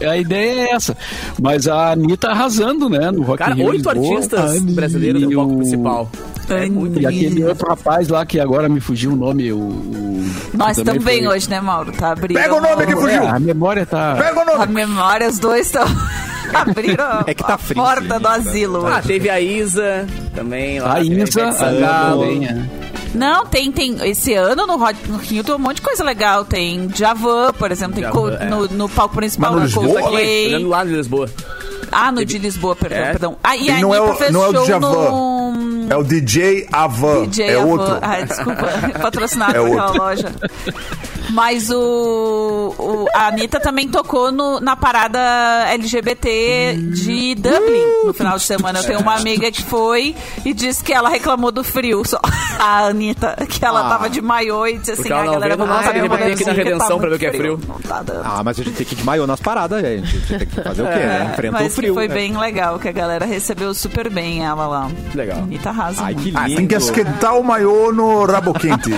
S2: é, a ideia é essa. Mas a Anitta arrasando, né? No Rock
S6: Cara,
S2: in Rio.
S6: oito
S2: Lisboa.
S6: artistas
S2: Ai,
S6: brasileiros no
S2: e
S6: palco
S2: o-
S6: principal. É muito
S2: E aquele
S6: lindo.
S2: outro rapaz lá que agora me fugiu o nome. O, o-
S5: Nós
S2: também
S5: também
S2: foi-
S5: hoje, né, Mauro? Tá abrindo.
S7: Pega o nome que fugiu!
S2: É, a memória tá.
S7: Pega o
S5: A
S7: nome!
S5: memória, os dois estão. Abriram
S1: É que tá
S5: a
S1: frio,
S5: porta
S1: sim.
S5: do asilo.
S6: Ah, teve a Isa também. Lá,
S2: A Isa,
S6: Ivete
S2: tá a
S6: Sangalo.
S2: Galo,
S5: Não, tem, tem. Esse ano no, Rock no Rio tem um monte de coisa legal. Tem Javan, por exemplo, tem co- no, no palco principal
S7: é. Mas
S5: da
S7: no Lisboa?
S5: Coldplay.
S6: Olhando lá de Lisboa.
S5: Ah, no de Lisboa, perdão,
S6: É.
S5: perdão. Ah, e
S7: E
S5: a
S7: não é
S5: Anitta
S7: o-
S5: fez
S7: não é o
S5: show
S7: Djavan.
S5: num
S7: É o DJ Avan,
S5: DJ
S7: é
S5: Ah, Avan.
S7: outro.
S5: Ah, desculpa, patrocinado
S7: É
S5: por aquela
S7: outro.
S5: loja. Mas o, o- a Anitta também tocou no- na parada LGBT de Dublin
S6: Hum.
S5: no final de semana. Eu tenho uma amiga que foi e disse que ela reclamou do frio. Só a Anitta, que ela tava de maiô e disse assim:
S6: Ah. ela
S5: a
S6: não
S5: galera
S6: vem,
S5: não
S6: nossa,
S5: tá
S6: de repente tem que ir na
S5: porque tá
S6: Redenção pra
S5: muito
S6: ver o que é frio.
S5: Não tá dando.
S1: Ah, mas a gente tem que ir de maiô nas paradas, gente. A gente tem que fazer o quê? né? Enfrenta
S5: Mas
S1: o
S5: que
S1: frio.
S5: foi
S1: né?
S5: bem legal, que a galera recebeu super bem ela lá.
S6: Legal.
S5: Anitta arrasa.
S1: Ai,
S5: muito.
S1: que lindo.
S7: Ah, tem que esquentar o maiô no rabo quente.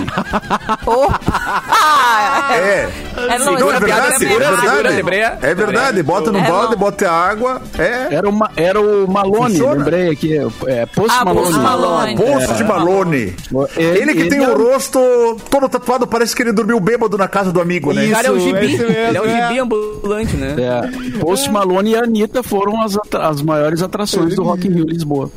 S7: É.
S5: É, não,
S7: Não, é
S5: essa piada
S7: verdade,
S5: minha.
S7: é
S6: segura,
S7: verdade.
S6: Lebreia.
S7: É verdade, bota no
S5: É,
S7: balde,
S5: não.
S7: bota água. É.
S2: Era, uma, era o Malone,
S7: Funciona?
S2: lembrei aqui. É, Post
S5: Ah,
S2: Malone.
S5: Post Malone.
S7: Post Malone.
S2: Ele-
S7: Ele que
S2: ele
S7: tem
S2: é
S7: o
S2: um-
S7: rosto todo tatuado, parece que ele dormiu bêbado na casa do amigo, né?
S6: O cara é
S1: um
S6: o gibi.
S1: esse mesmo,
S6: Ele é o
S1: é.
S6: gibi ambulante, né?
S2: É, Post Malone e a Anitta foram as, atra- as maiores atrações do Rock in Rio Lisboa.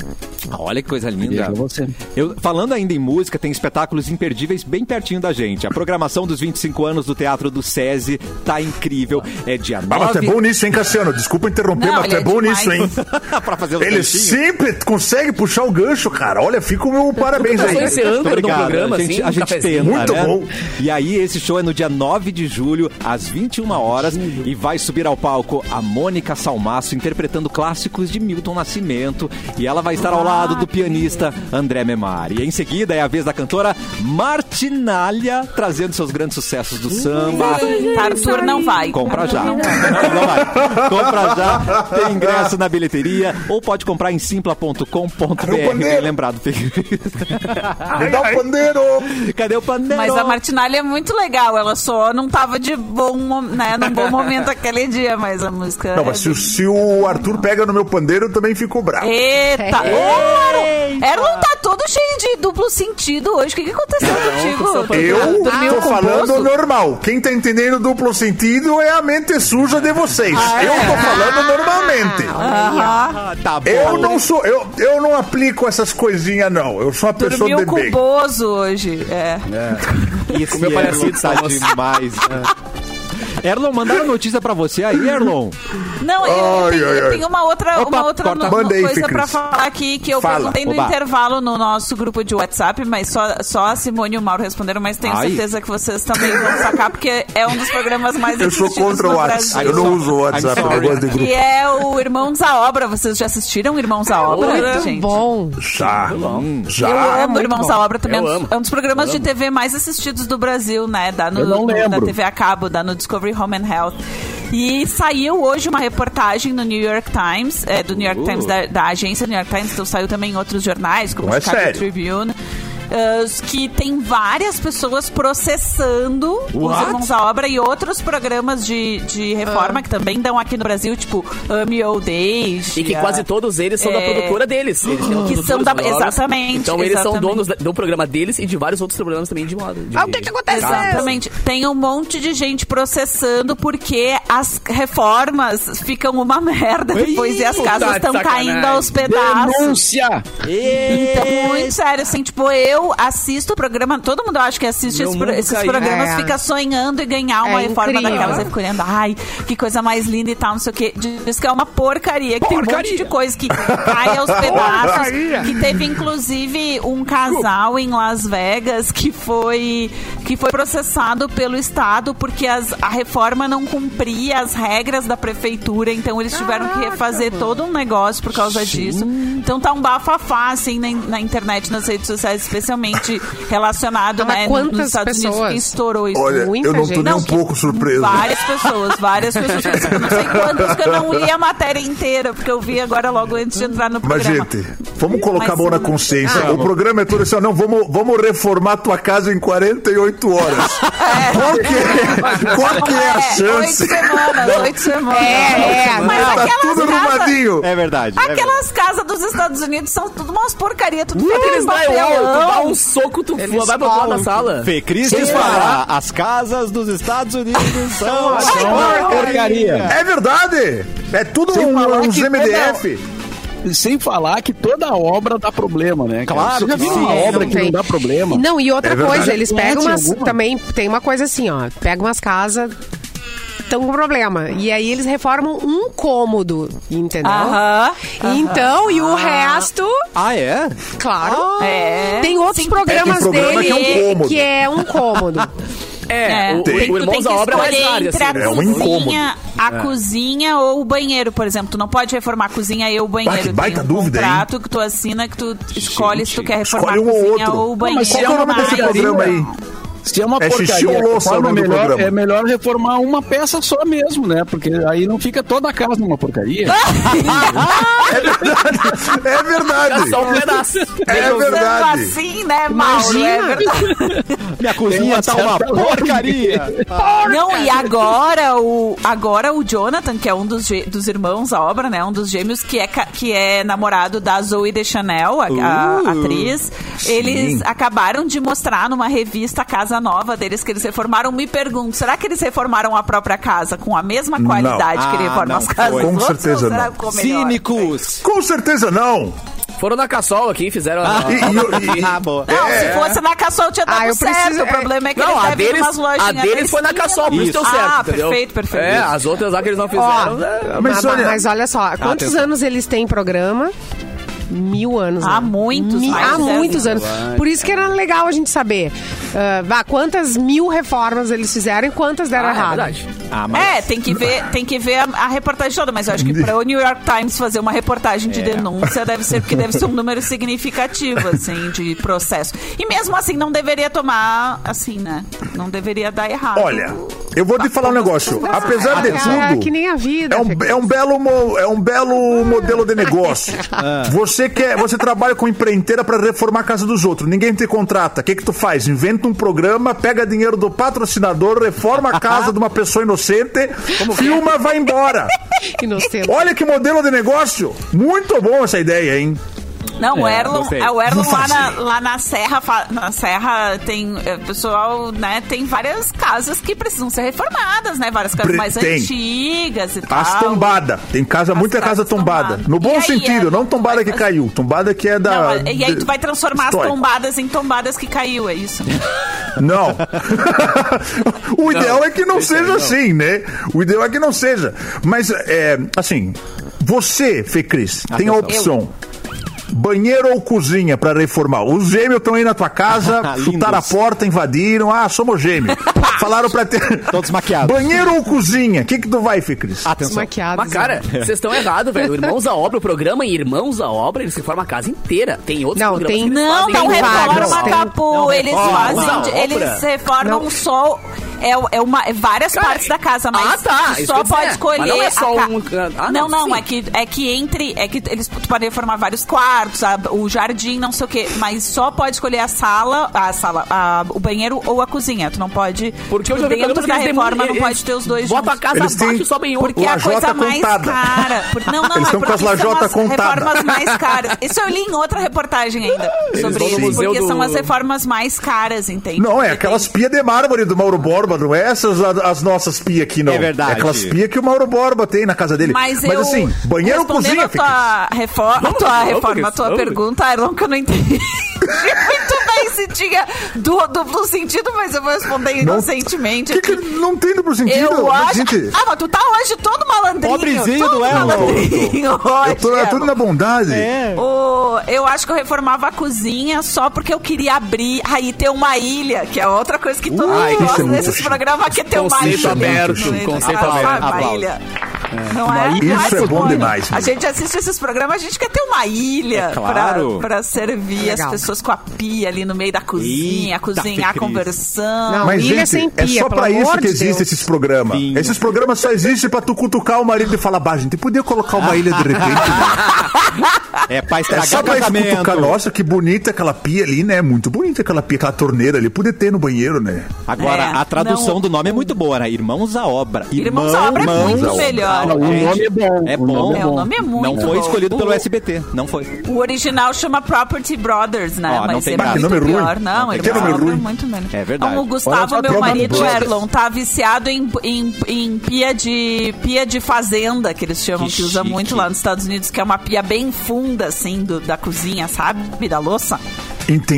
S1: Ah, Olha que coisa
S2: Diria
S1: linda.
S2: pra você.
S1: Eu, falando ainda em música, tem espetáculos imperdíveis bem pertinho da gente. A programação dos 25 anos do Teatro do SESI tá incrível. É dia
S7: Ah, mas tu é
S1: 9
S7: bom nisso, hein, Cassiano? Desculpa interromper,
S5: Não,
S7: mas tu é
S5: ele é
S7: bom
S5: demais.
S7: nisso, hein?
S1: pra fazer o
S7: Ele sempre consegue puxar o gancho, cara. Olha, fica o meu parabéns
S6: Só
S7: aí.
S6: esse é âncora do programa,
S1: a gente,
S6: assim,
S1: a
S6: um
S1: gente
S6: cafezinho.
S1: tenta,
S7: Muito
S1: né?
S7: bom.
S1: E aí, esse show é no dia 9 de julho, às 21 horas, e vai subir ao palco a Mônica Salmaço interpretando clássicos de Milton Nascimento. E ela vai estar ao lado do pianista André Memari. E em seguida é a vez da cantora Martinalha trazendo seus grandes sucessos do samba.
S5: Tá, Arthur não vai.
S1: Compra
S5: Arthur
S1: já.
S5: não vai.
S1: Não vai. Compra já, tem ingresso na bilheteria ou pode comprar em simpla.com.br.
S7: Cadê o pandeiro?
S1: Bem lembrado, Felipe.
S7: Me dá o pandeiro.
S1: Cadê o pandeiro?
S5: Mas a Martinalha é muito legal, ela só não tava de bom, mo- né, num bom momento aquele dia, mas a música.
S7: Não,
S5: é
S7: mas se, o-
S5: do-
S7: se o Arthur pega no meu pandeiro, eu também fico bravo.
S5: Eita! Ô, Mauro! Erlon tá todo cheio de duplo sentido hoje. O que, que aconteceu contigo?
S7: Eu
S5: Tá Dormiu
S7: tô
S5: com
S7: falando
S5: bolso?
S7: normal. Quem tá entendendo duplo sentido é a mente suja de vocês. Eu tô falando normalmente.
S5: Aham.
S1: Ah, tá bom.
S7: Eu não sou, eu, eu não aplico essas coisinhas, não. Eu sou uma pessoa
S5: Dormiu
S7: de
S5: com
S7: bem.
S5: Bozo hoje. É.
S1: Esse meu Erlon tá demais. Erlon, mandaram notícia pra você aí, Erlon.
S5: Não, eu, eu
S7: Ai,
S5: tenho,
S7: ai,
S5: eu
S7: ai.
S5: tenho uma outra,
S1: Opa,
S5: uma outra
S1: corta.
S5: no-
S7: Manda aí,
S5: coisa
S7: Fê
S5: pra
S7: Cris.
S5: falar aqui que eu
S7: Fala.
S5: perguntei no
S1: Oba.
S5: intervalo no nosso grupo de WhatsApp, mas só, só a Simone e o Mauro responderam, mas tenho
S1: Ai.
S5: certeza que vocês também vão sacar, porque é um dos programas mais
S7: Eu sou
S5: assistidos
S7: contra o
S5: no
S7: WhatsApp.
S5: Brasil.
S7: Eu não uso o WhatsApp,
S1: sorry.
S7: eu gosto de
S5: Que
S7: grupo.
S5: é o Irmãos à Obra. Vocês já assistiram Irmãos à Obra,
S3: Muito
S5: gente?
S3: Tá bom.
S7: Já. Já.
S5: Eu amo
S3: muito
S5: Irmãos
S3: bom.
S5: à Obra também.
S6: Eu
S5: é um dos-
S6: amo.
S5: É um dos programas de TV mais assistidos do Brasil, né? Dá no,
S2: Eu não
S5: no- Da
S2: lembro.
S5: TV a cabo, dá no Discovery Home and Health. E saiu hoje uma reportagem no New York Times, é, do New York
S1: Uh.
S5: Times, da, da agência New York Times, então saiu também em outros jornais, como
S7: Então é
S5: Chicago
S7: sério.
S5: Tribune. uh, que tem várias pessoas processando os Irmãos à Obra e outros programas de, de reforma que também dão aqui no Brasil, tipo Ame ou Deixe. ah,
S6: E que quase todos eles são da
S5: É.
S6: produtora deles. Eles têm uma
S5: Que
S6: produtora
S5: são da-
S6: de moda.
S5: exatamente,
S6: Então eles são
S5: exatamente.
S6: donos da- do programa deles e de vários outros programas também de moda. de-
S3: Ah, o que que aconteceu?
S5: Exatamente. Tem um monte de gente processando porque as reformas ficam uma merda depois e as
S6: tá
S5: casas
S6: de
S5: estão
S6: sacanagem.
S5: caindo aos pedaços.
S2: Denúncia!
S1: É
S5: Então, muito sério, assim, tipo, eu assisto o programa, todo mundo acho que assiste
S6: Meu
S5: esses, pro-
S6: mundo
S5: esses
S6: caiu.
S5: programas,
S3: É.
S5: fica sonhando em ganhar uma
S3: É
S5: reforma
S3: incrível.
S5: daquelas. Aí fica olhando, ai, que coisa mais linda e tal, não sei o quê. Diz que é uma porcaria, que tem um monte de coisa que cai aos pedaços. que teve, inclusive, um casal em Las Vegas que foi, que foi processado pelo Estado porque as- a reforma não cumpria as regras da prefeitura, então eles tiveram que refazer todo um negócio por causa disso. Então tá um bafafá, assim, na, na internet, nas redes sociais, especialmente relacionado,
S3: Ah, mas
S5: né,
S3: quantas
S5: nos Estados Unidos,
S3: pessoas?
S5: que estourou isso.
S7: Olha,
S3: Muita
S7: eu não tô
S3: gente.
S7: nem
S5: Não,
S7: um
S5: que-
S7: pouco surpreso.
S5: Várias pessoas, várias pessoas. Eu não sei quantas, que eu não li a matéria inteira, porque eu vi agora logo antes de entrar no
S7: Mas,
S5: programa.
S7: gente, vamos colocar a
S5: Mas, ah,
S7: mão na
S5: sim.
S7: consciência. o programa é todo assim, ó, não, vamos, vamos reformar tua casa em 48 horas. Qual que é, qual que é a
S5: oito
S7: chance?
S5: semanas, oito semanas.
S3: É, é,
S5: Mas
S7: tá
S5: aquelas
S7: tudo
S5: casas-
S7: arrumadinho.
S1: É verdade. é verdade.
S5: Aquelas casas dos Estados Unidos são tudo umas porcaria, tudo feito
S6: Aqueles
S5: em
S7: é,
S6: drywall, tu dá
S5: papelão.
S6: um soco, tu vai pra fora da sala.
S1: Fê Cris dispara. As casas dos Estados Unidos são
S2: Isso é uma porcaria.
S7: É verdade. É tudo
S2: Sem
S7: um,
S2: falar
S7: uns
S2: que
S7: MDF.
S2: Sem falar que toda obra dá problema, né? cara?
S1: Claro
S2: Você já
S1: que
S2: viu
S1: sim,
S2: uma obra que não
S3: É, tem.
S2: dá problema?
S3: E Não, e outra
S7: É verdade.
S3: coisa, eles
S2: Não
S3: pegam
S2: tinha
S3: umas.
S2: alguma?
S3: Também tem uma coisa assim, ó. Pegam umas casas. Estão com problema. E aí eles reformam um cômodo, entendeu?
S5: Aham.
S3: Então, e o resto,
S1: Ah, é?
S3: claro.
S5: É.
S3: Tem outros
S5: Sim,
S3: programas
S7: tem programa
S3: dele
S7: que é um cômodo.
S3: que é um cômodo.
S6: É,
S5: É,
S6: o,
S5: tem,
S6: o,
S5: tu
S6: o
S5: tem
S6: Irmãos
S5: que
S6: à Obra é mais
S5: escolher
S6: área,
S5: entre
S6: assim.
S5: a
S7: né? É um É.
S5: cozinha, a cozinha ou o banheiro, por exemplo. Tu não pode reformar a cozinha e o banheiro.
S7: que baita
S5: tem um
S7: dúvida, hein?
S5: contrato que tu assina que tu escolhe se tu quer reformar
S7: Escolhe um
S5: a
S7: ou
S5: cozinha
S7: outro.
S5: ou assim, o banheiro.
S2: mas
S7: Qual que é o nome desse
S5: mas-
S7: programa aí?
S2: Se é uma
S7: É xixi
S2: porcaria,
S7: ou louça
S2: reforma,
S7: o nome do
S2: melhor-
S7: programa?
S2: é melhor reformar uma peça só mesmo, né? Porque aí não fica toda a casa numa porcaria.
S7: É verdade.
S6: Só um pedaço.
S7: É
S5: Pensando
S7: verdade.
S5: assim, né, Mauro? É
S3: Imagina.
S5: verdade.
S1: Minha
S2: Tem
S1: cozinha
S2: uma
S1: tá uma
S2: certa
S1: porcaria.
S5: Não, e agora o, agora o Jonathan, que é um dos, gê- dos irmãos à obra, né? Um dos gêmeos, que é, ca- que é namorado da Zoe de Chanel, a, a
S1: Uh,
S5: atriz. Eles acabaram de mostrar numa revista a casa nova deles que eles reformaram. Me pergunto, será que eles reformaram a própria casa com a mesma qualidade que ele
S1: Ah,
S5: reforma
S1: não
S5: as casas?
S1: foi.
S5: dos
S7: Com
S5: outros,
S7: certeza
S5: ou será
S7: não.
S5: que ficou melhor?
S1: Cínicos.
S7: Com certeza não.
S6: Foram na Cassol aqui, fizeram a...
S7: E- e- e-
S1: Ah, boa.
S5: Não,
S6: É.
S5: se fosse na Cassol tinha dado
S3: Ah, eu
S5: certo.
S3: preciso-
S5: o problema é que
S6: Não,
S5: eles
S6: a
S5: devem ir
S6: deles,
S5: umas
S6: a
S5: lojinhas
S6: deles foi na
S5: esquina,
S6: Cassol, por isso deu
S5: Ah,
S6: certo, entendeu?
S5: perfeito, perfeito.
S6: É, as outras lá que eles não fizeram... né?
S7: Mas Ah,
S3: Mas,
S7: olha-
S3: mas olha só, quantos
S2: Atenção.
S3: anos eles têm programa? Mil anos.
S5: Há
S3: né?
S5: muitos,
S3: Mi-
S5: mais
S3: Há
S5: de dez
S3: muitos anos. Por isso que era legal a gente saber ah, vá, quantas mil reformas eles fizeram e quantas deram
S6: Ah, é
S3: errado.
S6: verdade.
S1: Ah,
S5: É, tem que ver, tem que ver a, a reportagem toda, mas eu acho que para o New York Times fazer uma reportagem de denúncia deve ser porque deve ser um número significativo assim de processo. E mesmo assim não deveria tomar assim, né? Não deveria dar errado.
S7: Olha, eu vou te falar um negócio. Apesar de
S3: É,
S7: tudo,
S3: que nem a vida.
S7: É um,
S3: Fê.
S7: é um belo, mo- é um belo modelo de negócio. Você quer, você trabalha com empreiteira para reformar a casa dos outros. Ninguém te contrata. O que que tu faz? Inventa um programa, pega dinheiro do patrocinador, reforma a casa de uma pessoa inocente, filma, vai embora.
S3: Inocente.
S7: Olha que modelo de negócio. Muito bom essa ideia, hein?
S5: Não, o
S2: É,
S5: Erlon,
S2: gostei.
S5: é, o Erlon lá, na, lá na Serra, fa- na Serra tem, é, pessoal, né, tem várias casas que precisam ser reformadas, né, várias casas
S7: Pre-
S5: mais
S7: tem.
S5: antigas e
S7: As
S5: tal.
S7: tombada. Tem casa,
S5: As
S7: muita
S5: casas
S7: casa tombada.
S5: tombada.
S7: No bom
S5: E aí,
S7: sentido,
S5: é,
S7: não tombada
S5: vai
S7: que
S5: fazer-
S7: caiu. Tombada que é da.
S5: Não, e aí tu vai transformar as
S7: História.
S5: tombadas em tombadas que caiu, é isso?
S7: Não. o ideal é que não seja assim, né? O ideal é que não seja. Mas, é, assim, você, Fê Cris, tem a opção. Banheiro ou cozinha pra reformar? Os gêmeos estão aí na tua casa, chutaram a
S1: Lindos.
S7: porta, invadiram. Ah, somos gêmeos. Falaram pra ter.
S1: Todos maquiados.
S7: Banheiro ou cozinha? O que, que tu vai, Fê Cris?
S1: Atenção.
S3: Maquiados. né?
S6: Mas, cara, vocês estão errados, velho. Irmãos à Obra, o programa Irmãos à Obra, eles reformam a casa inteira. Tem outros
S3: Não,
S6: programas
S3: tem-
S6: que eles
S5: Não, um
S6: fazem um
S5: não
S3: tem
S6: vários.
S3: vários,
S5: reforma
S3: tem-
S5: Capu. Eles
S6: reforma,
S5: fazem.
S6: não,
S5: de-
S6: obra.
S5: Eles reformam
S3: Não.
S5: só. é, é uma, é várias
S6: Cara,
S5: partes da casa, mas
S6: ah, tá,
S5: tu
S6: isso que
S5: só
S6: eu ia
S5: pode
S6: dizer.
S5: escolher.
S6: Mas não é só
S5: a ca-
S6: um canto. Ah,
S5: não,
S6: não,
S5: não,
S6: sim.
S5: é que, é que entre. É que eles tu podem formar vários quartos, a- o jardim, não sei o quê. Mas só pode escolher a sala, a sala, a- o banheiro ou a cozinha. Tu não pode.
S6: Porque
S5: tipo,
S6: eu já vi
S5: dentro
S6: programas que
S5: da
S6: eles
S5: reforma
S6: demolem-
S5: não
S6: eles
S5: pode ter os dois
S6: Bota a
S5: juntos.
S6: casa
S7: Eles têm-
S6: abaixo e sobem outro.
S5: Porque é a
S7: lajota
S5: coisa mais
S7: um, contada.
S5: cara. Por- não, não,
S7: Eles
S5: é
S7: estão com as
S5: porque são
S7: lajota
S5: as
S7: contada.
S5: reformas mais caras. Isso eu li em outra reportagem ainda sobre
S6: vão no
S5: isso.
S6: museu
S5: Porque
S6: do-
S5: são as reformas mais caras, entende?
S7: Não, é aquelas pias de mármore do Mauro Borba, não é essas a- as nossas pias aqui, não.
S1: É verdade.
S7: É aquelas pias que o Mauro Borba tem na casa dele.
S5: Mas, eu,
S7: assim, banheiro ou
S5: respondendo
S7: cozinha,
S5: a tua reforma, a tua,
S6: vamos,
S5: reforma, a tua
S6: vamos.
S5: pergunta, Erlon, que eu não entendi muito bem se tinha du- duplo sentido, mas eu vou responder
S7: Não.
S5: inocentemente.
S7: que, que não tem duplo sentido?
S5: Eu
S7: Mas,
S5: acho.
S7: gente,
S5: Ah, mas tu tá hoje todo malandrinho.
S1: Pobrezinho
S5: todo
S1: do Erlon.
S5: malandrinho hoje,
S7: eu tô, é tudo
S5: Erlon.
S7: na bondade.
S3: É.
S5: O- eu acho que eu reformava a cozinha só porque eu queria abrir aí ter uma ilha, que é outra coisa que todo
S7: Ai,
S5: mundo
S7: isso é
S5: gosta
S7: muito
S5: nesses
S7: chique.
S5: programas, que é ter uma
S2: Conceito
S5: ilha.
S2: aberto,
S5: Não, não,
S2: conceito
S5: ah,
S2: aberto.
S5: sabe, Uma
S1: Aplausos.
S5: ilha. Não é?
S7: ilha.
S5: Não
S7: Isso é bom
S5: sonho.
S7: demais,
S5: A
S7: mano.
S5: gente assiste esses programas, a gente quer ter uma ilha
S1: É claro.
S5: pra, pra servir as
S3: Legal.
S5: pessoas com a pia ali no meio da cozinha,
S1: Eita,
S5: cozinhar,
S1: Fê Cris.
S5: conversando.
S3: Não,
S7: Mas,
S3: ilha
S7: gente,
S3: sem pia,
S7: é só
S3: pelo
S7: pra isso
S3: amor
S7: que
S3: de
S7: existem
S3: Deus.
S7: esses programas.
S1: Vinho.
S7: Esses programas só existem pra tu cutucar o marido e falar, bah, gente, podia colocar uma ilha de repente.
S1: É pra
S7: é
S1: estragar
S7: só pra isso
S1: casamento.
S7: cutucar. Nossa, que bonita aquela pia ali, né? Muito bonita aquela pia, aquela torneira ali. Podia ter no banheiro, né?
S1: Agora,
S5: É,
S1: a tradução
S5: não,
S1: do nome é muito boa, né? Irmãos à Obra.
S5: Irmãos à Obra é muito
S1: à
S5: melhor.
S1: Obra.
S2: O nome é bom.
S1: É
S2: O nome
S1: bom.
S2: é
S5: É, o nome é muito
S1: Não foi
S5: bom.
S1: escolhido
S5: O-
S1: pelo SBT. Não foi.
S5: O original chama Property Brothers, né?
S1: Ó, não
S5: Mas
S1: tem
S5: é
S1: graça.
S5: muito
S7: Que nome ruim.
S5: pior. Não,
S1: Não tem
S5: ele
S1: graça.
S5: é
S7: Nome ruim.
S5: muito menos.
S1: É verdade.
S5: Então, o Gustavo,
S7: Olha só,
S5: meu
S7: Property
S5: marido,
S7: Brothers.
S5: Erlon, tá viciado em, em, em pia, de, pia de fazenda, que eles chamam,
S1: Que
S5: que, usa
S1: chique.
S5: muito lá nos Estados Unidos, que é uma pia bem funda, assim, do- da cozinha, sabe? Da louça.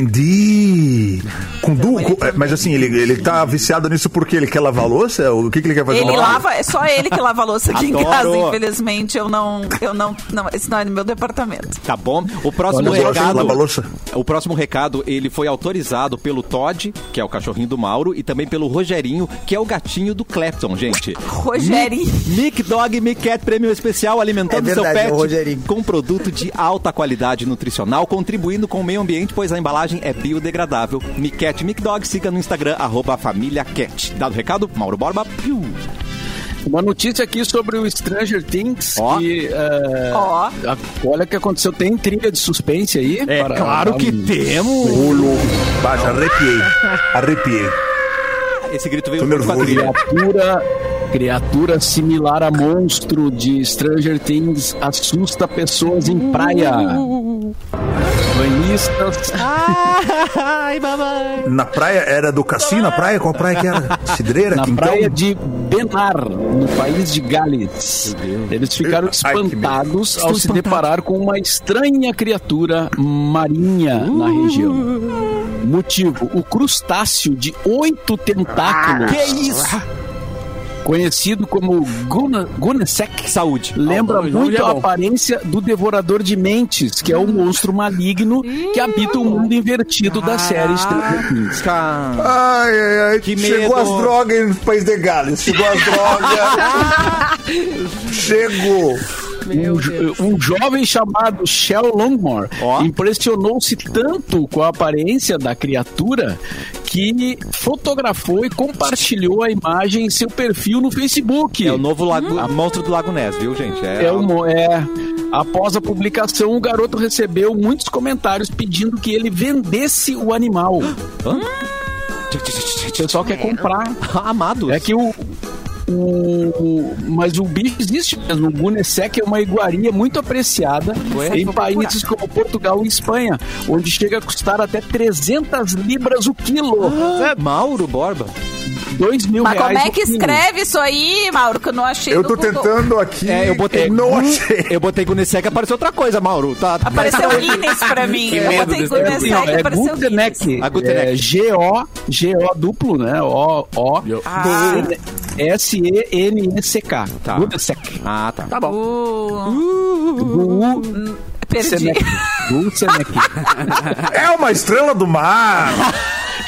S7: Entendi. Com
S5: Então
S7: du...
S5: ele
S7: com- é, Mas
S5: também.
S7: assim, ele, ele tá viciado nisso porque ele quer lavar a louça? O que, que ele quer fazer?
S5: ele
S7: Lavar?
S5: lava, é só ele que lava a louça aqui em
S1: Adoro.
S5: casa, infelizmente. Eu não, eu não, não, esse não é no meu departamento.
S1: Tá bom? O próximo
S7: Olha,
S1: recado.
S7: lava a louça.
S1: O próximo recado, ele foi autorizado pelo Todd, que é o cachorrinho do Mauro, e também pelo Rogerinho, que é o gatinho do Clapton, gente.
S5: Rogerinho.
S1: Mic Dog Mic Cat Prêmio Especial alimentando
S4: É verdade, é o
S1: seu pet
S4: Rogerinho.
S1: com produto de alta qualidade nutricional, contribuindo com o meio ambiente, pois a embalagem é biodegradável. Mic Cat Mic Dog, siga no Instagram arroba família Cat. Dado o recado, Mauro Borba. Piu.
S2: Uma notícia aqui sobre o Stranger Things.
S1: Ó.
S2: Que, é,
S5: Ó.
S2: a- olha o que aconteceu. Tem trilha de suspense aí.
S1: É
S2: para-
S1: claro
S2: para
S1: que
S2: um-
S1: temos.
S7: Baixa, arrepiei. Arrepiei.
S1: Esse grito veio
S7: Tô
S1: do
S7: nervoso.
S4: né?
S1: quadrilha.
S2: Criatura, criatura similar a monstro de Stranger Things assusta pessoas em praia. Banhistas.
S7: Na praia, era do cassino na praia? Qual praia que então era? Cidreira?
S2: na
S7: Quintão?
S2: praia de Benar, no país de Gales. Eles ficaram
S7: Ai, que medo.
S2: espantados ao se deparar com uma estranha criatura marinha na região. Motivo: o crustáceo de oito tentáculos.
S1: Que isso?
S2: Conhecido como Guna, Gunasek.
S1: Saúde.
S2: Lembra
S6: Ah, o nome
S2: muito
S6: já é
S2: a
S6: bom.
S2: aparência do Devorador de Mentes, que é o monstro maligno que habita o mundo invertido da série Stranger Things.
S7: Ai, ai, ai.
S1: Que
S7: Chegou
S1: medo.
S7: as drogas no país de Gales. Chegou as drogas. Chegou.
S2: Um, jo- um jovem chamado Shell Longmore
S1: Ó.
S2: impressionou-se tanto com a aparência da criatura que fotografou e compartilhou a imagem em seu perfil no Facebook.
S1: É o novo lago, a monstro do Lago Ness, viu, gente?
S2: É o mo- é. Após a publicação, o garoto recebeu muitos comentários pedindo que ele vendesse o animal. O pessoal quer comprar.
S1: Amado.
S2: É que o. o- o- mas o bicho existe mesmo. O Gunesec é uma iguaria muito apreciada em países como Portugal e Espanha, onde chega a custar até 300 libras o quilo.
S1: Mauro Borba.
S2: 2 mil
S5: Ah. Mas
S2: reais.
S5: como é
S2: o
S5: que
S2: quilo.
S5: escreve isso aí, Mauro, que eu não achei
S7: Eu
S5: no
S7: tô
S5: Google.
S7: tentando aqui.
S1: É, eu botei.
S7: Não achei.
S1: Eu botei Gunesec e apareceu outra coisa, Mauro. Tá,
S5: Apareceu Guinness pra mim. eu
S2: É,
S5: botei
S2: é,
S5: Guinness
S2: assim, ó,
S5: aí,
S2: é
S1: né,
S5: apareceu Guinness.
S2: Guteneck.
S1: A Guteneck.
S2: É G-O, G-O duplo, né? O, O,
S5: Ah.
S2: S-E-N-E-C-K.
S1: Tá.
S2: Guteneck.
S1: Ah, tá.
S6: Tá bom.
S5: Uh,
S2: Gu-
S1: né,
S5: perdi.
S2: Senec. Guteneck.
S7: É uma estrela do mar.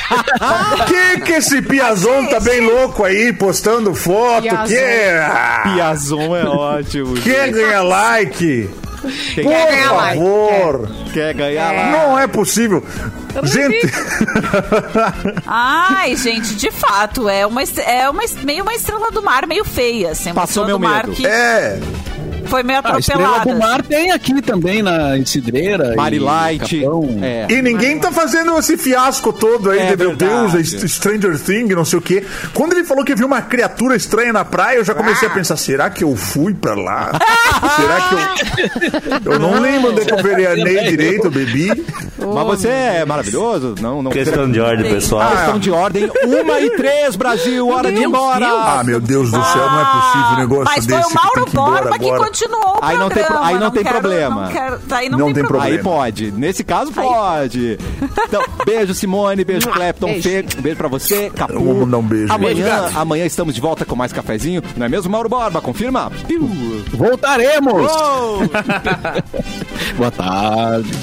S7: que que esse Piazon tá bem louco aí, postando foto?
S3: Piazon.
S7: Que...
S1: Piazon é ótimo.
S7: Quer ganhar like?
S1: Quem
S7: Por
S3: ganhar like,
S7: favor.
S1: quer ganhar lá?
S7: Não é possível. Gente,
S5: Ai, gente, de fato, é uma, est- é uma est- meio uma estrela do mar, meio feia. Assim, uma
S1: Passou
S5: estrela
S1: meu
S5: do mar
S1: medo.
S5: que
S7: é.
S5: foi meio
S2: Ah, Estrela
S5: atropelada.
S2: do Mar tem aqui também na em Cidreira.
S1: Body
S2: em
S1: Light.
S2: Capão.
S1: É.
S7: E ninguém tá fazendo esse fiasco todo aí
S1: É
S7: de meu
S1: verdade.
S7: Deus, é St- Stranger Thing, não sei o quê. Quando ele falou que viu uma criatura estranha na praia, eu já comecei
S1: Ah.
S7: a pensar, será que eu fui pra lá? será que eu. Eu não lembro onde é que eu vereanei direito, eu bebi.
S1: Mas você é maravilhoso? Não, não.
S10: Questão de ordem, pessoal.
S1: Questão de ordem. Uma e três, Brasil. Hora de ir embora.
S7: Ah, meu Deus do céu, não é possível um negócio
S5: Mas foi
S7: desse.
S5: o Mauro
S7: que tem que ir embora
S5: Borba que
S7: agora.
S5: continuou o
S1: Aí não tem pro-
S5: programa.
S1: aí não tem
S5: quero-
S1: problema.
S5: Não quero, aí não,
S7: Não
S5: tem,
S7: tem
S5: problema.
S1: Aí pode. Nesse caso, pode. Então, beijo, Simone. Beijo, Clapton.
S3: beijo.
S1: Beijo, beijo pra você, Capu.
S7: Eu vou mandar um beijo. Beijo,
S1: Amanhã,
S7: gato.
S1: amanhã estamos de volta com mais cafezinho. Não é mesmo, Mauro Borba? Confirma. Piu.
S2: Voltaremos!
S1: Oh!
S2: Boa tarde.